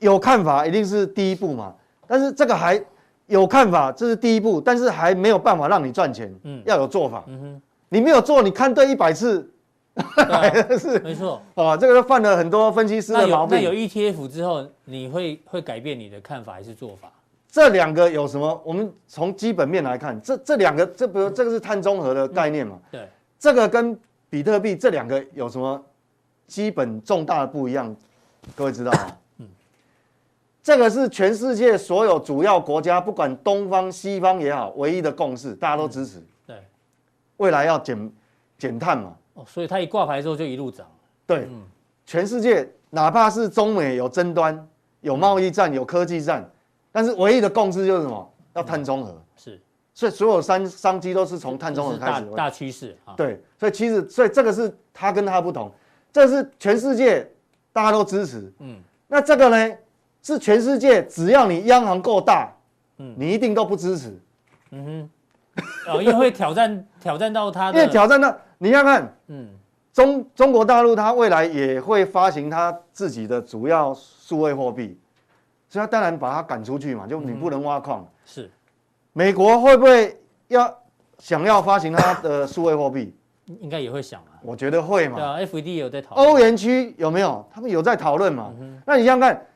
Speaker 2: 有看法一定是第一步嘛。但是这个还有看法，这是第一步，但是还没有办法让你赚钱。
Speaker 1: 嗯
Speaker 2: 要有做法。
Speaker 1: 嗯哼，
Speaker 2: 你没有做，你看对一百次
Speaker 1: 对啊
Speaker 2: 是
Speaker 1: 没错。
Speaker 2: 啊，这个都犯了很多分析师
Speaker 1: 那
Speaker 2: 的
Speaker 1: 有
Speaker 2: 毛
Speaker 1: 那有
Speaker 2: 病。
Speaker 1: ETF 之后，你会会改变你的看法还是做法？
Speaker 2: 这两个有什么？我们从基本面来看，这这两个，这比如这个是碳中和的概念嘛，
Speaker 1: 对，
Speaker 2: 这个跟比特币这两个有什么基本重大的不一样？各位知道吗？这个是全世界所有主要国家，不管东方西方也好，唯一的共识，大家都支持。
Speaker 1: 对，
Speaker 2: 未来要减减碳嘛，
Speaker 1: 哦，所以它一挂牌之后就一路涨。
Speaker 2: 对，
Speaker 1: 嗯
Speaker 2: 全世界哪怕是中美有争端、有贸易战、有科技战，但是唯一的共识就是什么？要碳中和，
Speaker 1: 是
Speaker 2: 所以所有商商机都是从碳中和
Speaker 1: 这是
Speaker 2: 开
Speaker 1: 大
Speaker 2: 始的。
Speaker 1: 大趋势啊，
Speaker 2: 对，所以其实所以这个是他跟他不同，这是全世界大家都支持。
Speaker 1: 嗯，
Speaker 2: 那这个呢，是全世界只要你央行够大，
Speaker 1: 嗯
Speaker 2: 你一定都不支持，
Speaker 1: 嗯哼，哦，因为会挑战挑战到它
Speaker 2: 因为
Speaker 1: 的，
Speaker 2: 挑战到你要看
Speaker 1: 嗯，
Speaker 2: 中中国大陆，它未来也会发行它自己的主要数位货币，所以它当然把它赶出去嘛，就你不能挖矿。
Speaker 1: 是
Speaker 2: 美国会不会要想要发行它的数位货币？
Speaker 1: 应该也会想啊，
Speaker 2: 我觉得会嘛
Speaker 1: 对。啊，FED 也有在讨论，
Speaker 2: 欧元区有没有？他们有在讨论嘛？
Speaker 1: 嗯
Speaker 2: 那你想想看，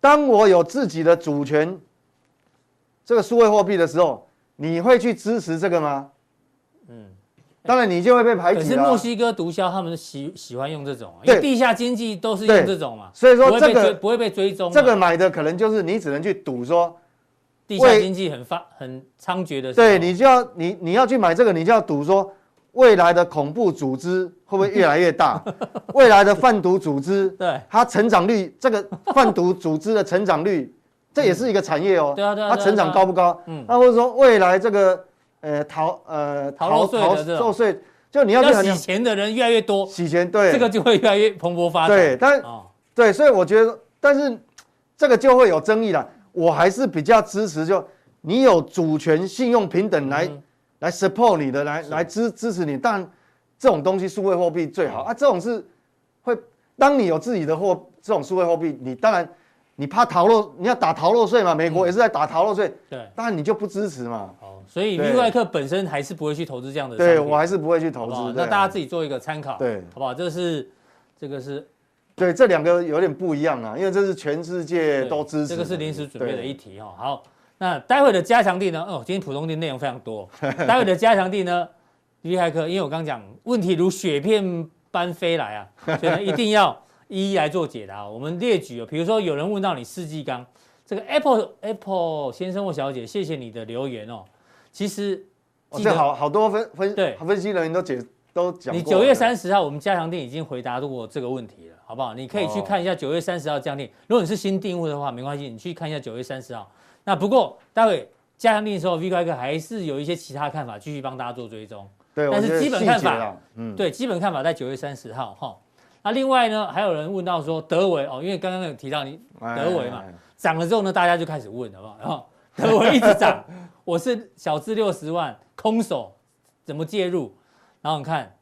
Speaker 2: 当我有自己的主权，这个数位货币的时候，你会去支持这个吗？嗯，当然你就会被排
Speaker 1: 可
Speaker 2: 挤
Speaker 1: 是
Speaker 2: 了
Speaker 1: 墨
Speaker 2: 啊。
Speaker 1: 西哥毒枭他们喜喜欢用这种啊，因
Speaker 2: 对
Speaker 1: 为地下经济都是用
Speaker 2: 对
Speaker 1: 这种嘛，
Speaker 2: 所以说
Speaker 1: 不会被
Speaker 2: 这个
Speaker 1: 追不会被追踪嘛，啊
Speaker 2: 这个买的可能就是你只能去赌说，
Speaker 1: 地下
Speaker 2: 为
Speaker 1: 经济很发很猖獗的时候，
Speaker 2: 对你就要你你要去买这个，你就要赌说未来的恐怖组织会不会越来越 大，未来的贩毒组织
Speaker 1: 对
Speaker 2: 它成长率，这个贩毒组织的成长率，这也是一个产业哦。
Speaker 1: 对啊对啊
Speaker 2: 它
Speaker 1: 对啊
Speaker 2: 成长
Speaker 1: 对啊
Speaker 2: 高不高？
Speaker 1: 嗯
Speaker 2: 那或者说未来这个呃逃呃
Speaker 1: 逃漏税的
Speaker 2: 逃
Speaker 1: 这种
Speaker 2: 漏税，就你要去
Speaker 1: 要
Speaker 2: 衡量
Speaker 1: 洗钱的人越来越多，
Speaker 2: 洗钱，对
Speaker 1: 这个就会越来越蓬勃发展。
Speaker 2: 对但
Speaker 1: 哦，
Speaker 2: 对，所以我觉得，但是这个就会有争议了。我还是比较支持就，你有主权、信用平等来、
Speaker 1: 嗯
Speaker 2: 来 support 你的，来来支支持你。但这种东西数位货币最
Speaker 1: 嗯
Speaker 2: 好啊，这种是会当你有自己的货，这种数位货币，你当然你怕逃漏，你要打逃漏税嘛，美
Speaker 1: 嗯
Speaker 2: 国也是在打逃漏税，
Speaker 1: 对，
Speaker 2: 当然你就不支持嘛。
Speaker 1: 哦，所以
Speaker 2: 对
Speaker 1: 另外客本身还是不会去投资这样的商
Speaker 2: 对
Speaker 1: 品。
Speaker 2: 我还是不会去
Speaker 1: 好
Speaker 2: 投
Speaker 1: 不
Speaker 2: 资
Speaker 1: 好？。
Speaker 2: 对
Speaker 1: 那
Speaker 2: 啊
Speaker 1: 大家自己做一个参考，
Speaker 2: 对
Speaker 1: 好不好？这是这个是
Speaker 2: 对这两个有点不一样啊，因为这是全世界
Speaker 1: 对
Speaker 2: 都支
Speaker 1: 这
Speaker 2: 持的。
Speaker 1: 个是临时准备的
Speaker 2: 对
Speaker 1: 一题哦。好，那待会的加强地呢？哦，今天普通地内容非常多，哦 待会的加强地呢，厉害客，因为我刚讲问题如雪片般飞来啊，所以呢一定要一一来做解答哦。我们列举哦，比如说有人问到你世纪钢，这个 Apple Apple 先生或小姐，谢谢你的留言哦。其实
Speaker 2: 哦、
Speaker 1: 记
Speaker 2: 这
Speaker 1: 得
Speaker 2: 好好多分分
Speaker 1: 对
Speaker 2: 分析人员都解都讲过了。
Speaker 1: 你九月三十号，我们加强店已经回答过这个问题了，好不好？你可以去
Speaker 2: 哦
Speaker 1: 看一下九月三十号加强店。如果你是新订户的话，没关系，你去看一下九月三十号。那不过待会加强店的时候，V 怪哥还是有一些其他看法，继续帮大家做追踪。
Speaker 2: 对，
Speaker 1: 但
Speaker 2: 我
Speaker 1: 是
Speaker 2: 觉得
Speaker 1: 基本
Speaker 2: 细
Speaker 1: 看
Speaker 2: 节
Speaker 1: 法
Speaker 2: 啦，嗯，
Speaker 1: 对，基本看法在九月三十号哈。那另外呢，还有人问到说德维哦，因为刚刚有提到你
Speaker 2: 哎
Speaker 1: 德维嘛
Speaker 2: 哎哎
Speaker 1: 涨了之后呢，大家就开始问好不好？哦然 后德维一直涨，我是小资六十万空手怎么介入？然后你看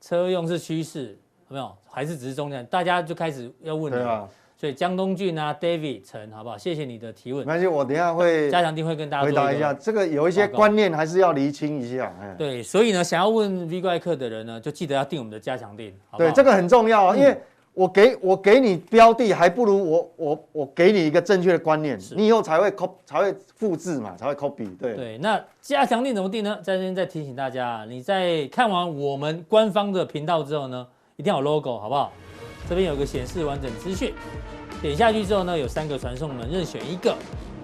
Speaker 1: 车用是趋势，有没有？还是只是中间？大家就开始要问
Speaker 2: 对
Speaker 1: 了。
Speaker 2: 啊，
Speaker 1: 所以江东俊啊，David 陈，好不好？谢谢你的提
Speaker 2: 没
Speaker 1: 问，
Speaker 2: 关系，我等一下会
Speaker 1: 加强定会跟大家
Speaker 2: 回
Speaker 1: 做
Speaker 2: 答
Speaker 1: 个
Speaker 2: 一下，这个有一些
Speaker 1: 报告
Speaker 2: 观念还是要厘清一下，哎，
Speaker 1: 对，所以呢，想要问 V 怪客的人呢，就记得要订我们的加强定，好不嗯好？
Speaker 2: 对，这个很重要啊，因为我给我给你标的，还不如我我我给你一个正确的观念，你以后才会 cop 才会复制嘛，才会 copy，对，
Speaker 1: 对，那加强定怎么定呢？在这边再提醒大家，你在看完我们官方的频道之后呢，一定要有 logo，好不好？这边有个显示完整资讯，点下去之后呢，有三个传送门，任选一个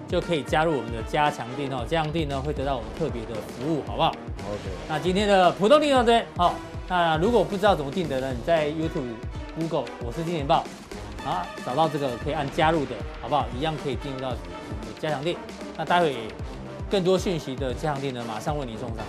Speaker 1: 就可以加入我们的加强定哦。加强定呢会得到我们特别的服务，好不好？
Speaker 2: ，OK，
Speaker 1: 那今天的普通定到这边，好、那如果不知道怎么定的呢，你在 YouTube、Google，我是金钱豹啊，找到这个可以按加入的，好不好？一样可以订阅到我们的加强定。那待会更多讯息的加强定呢，马上为您送上。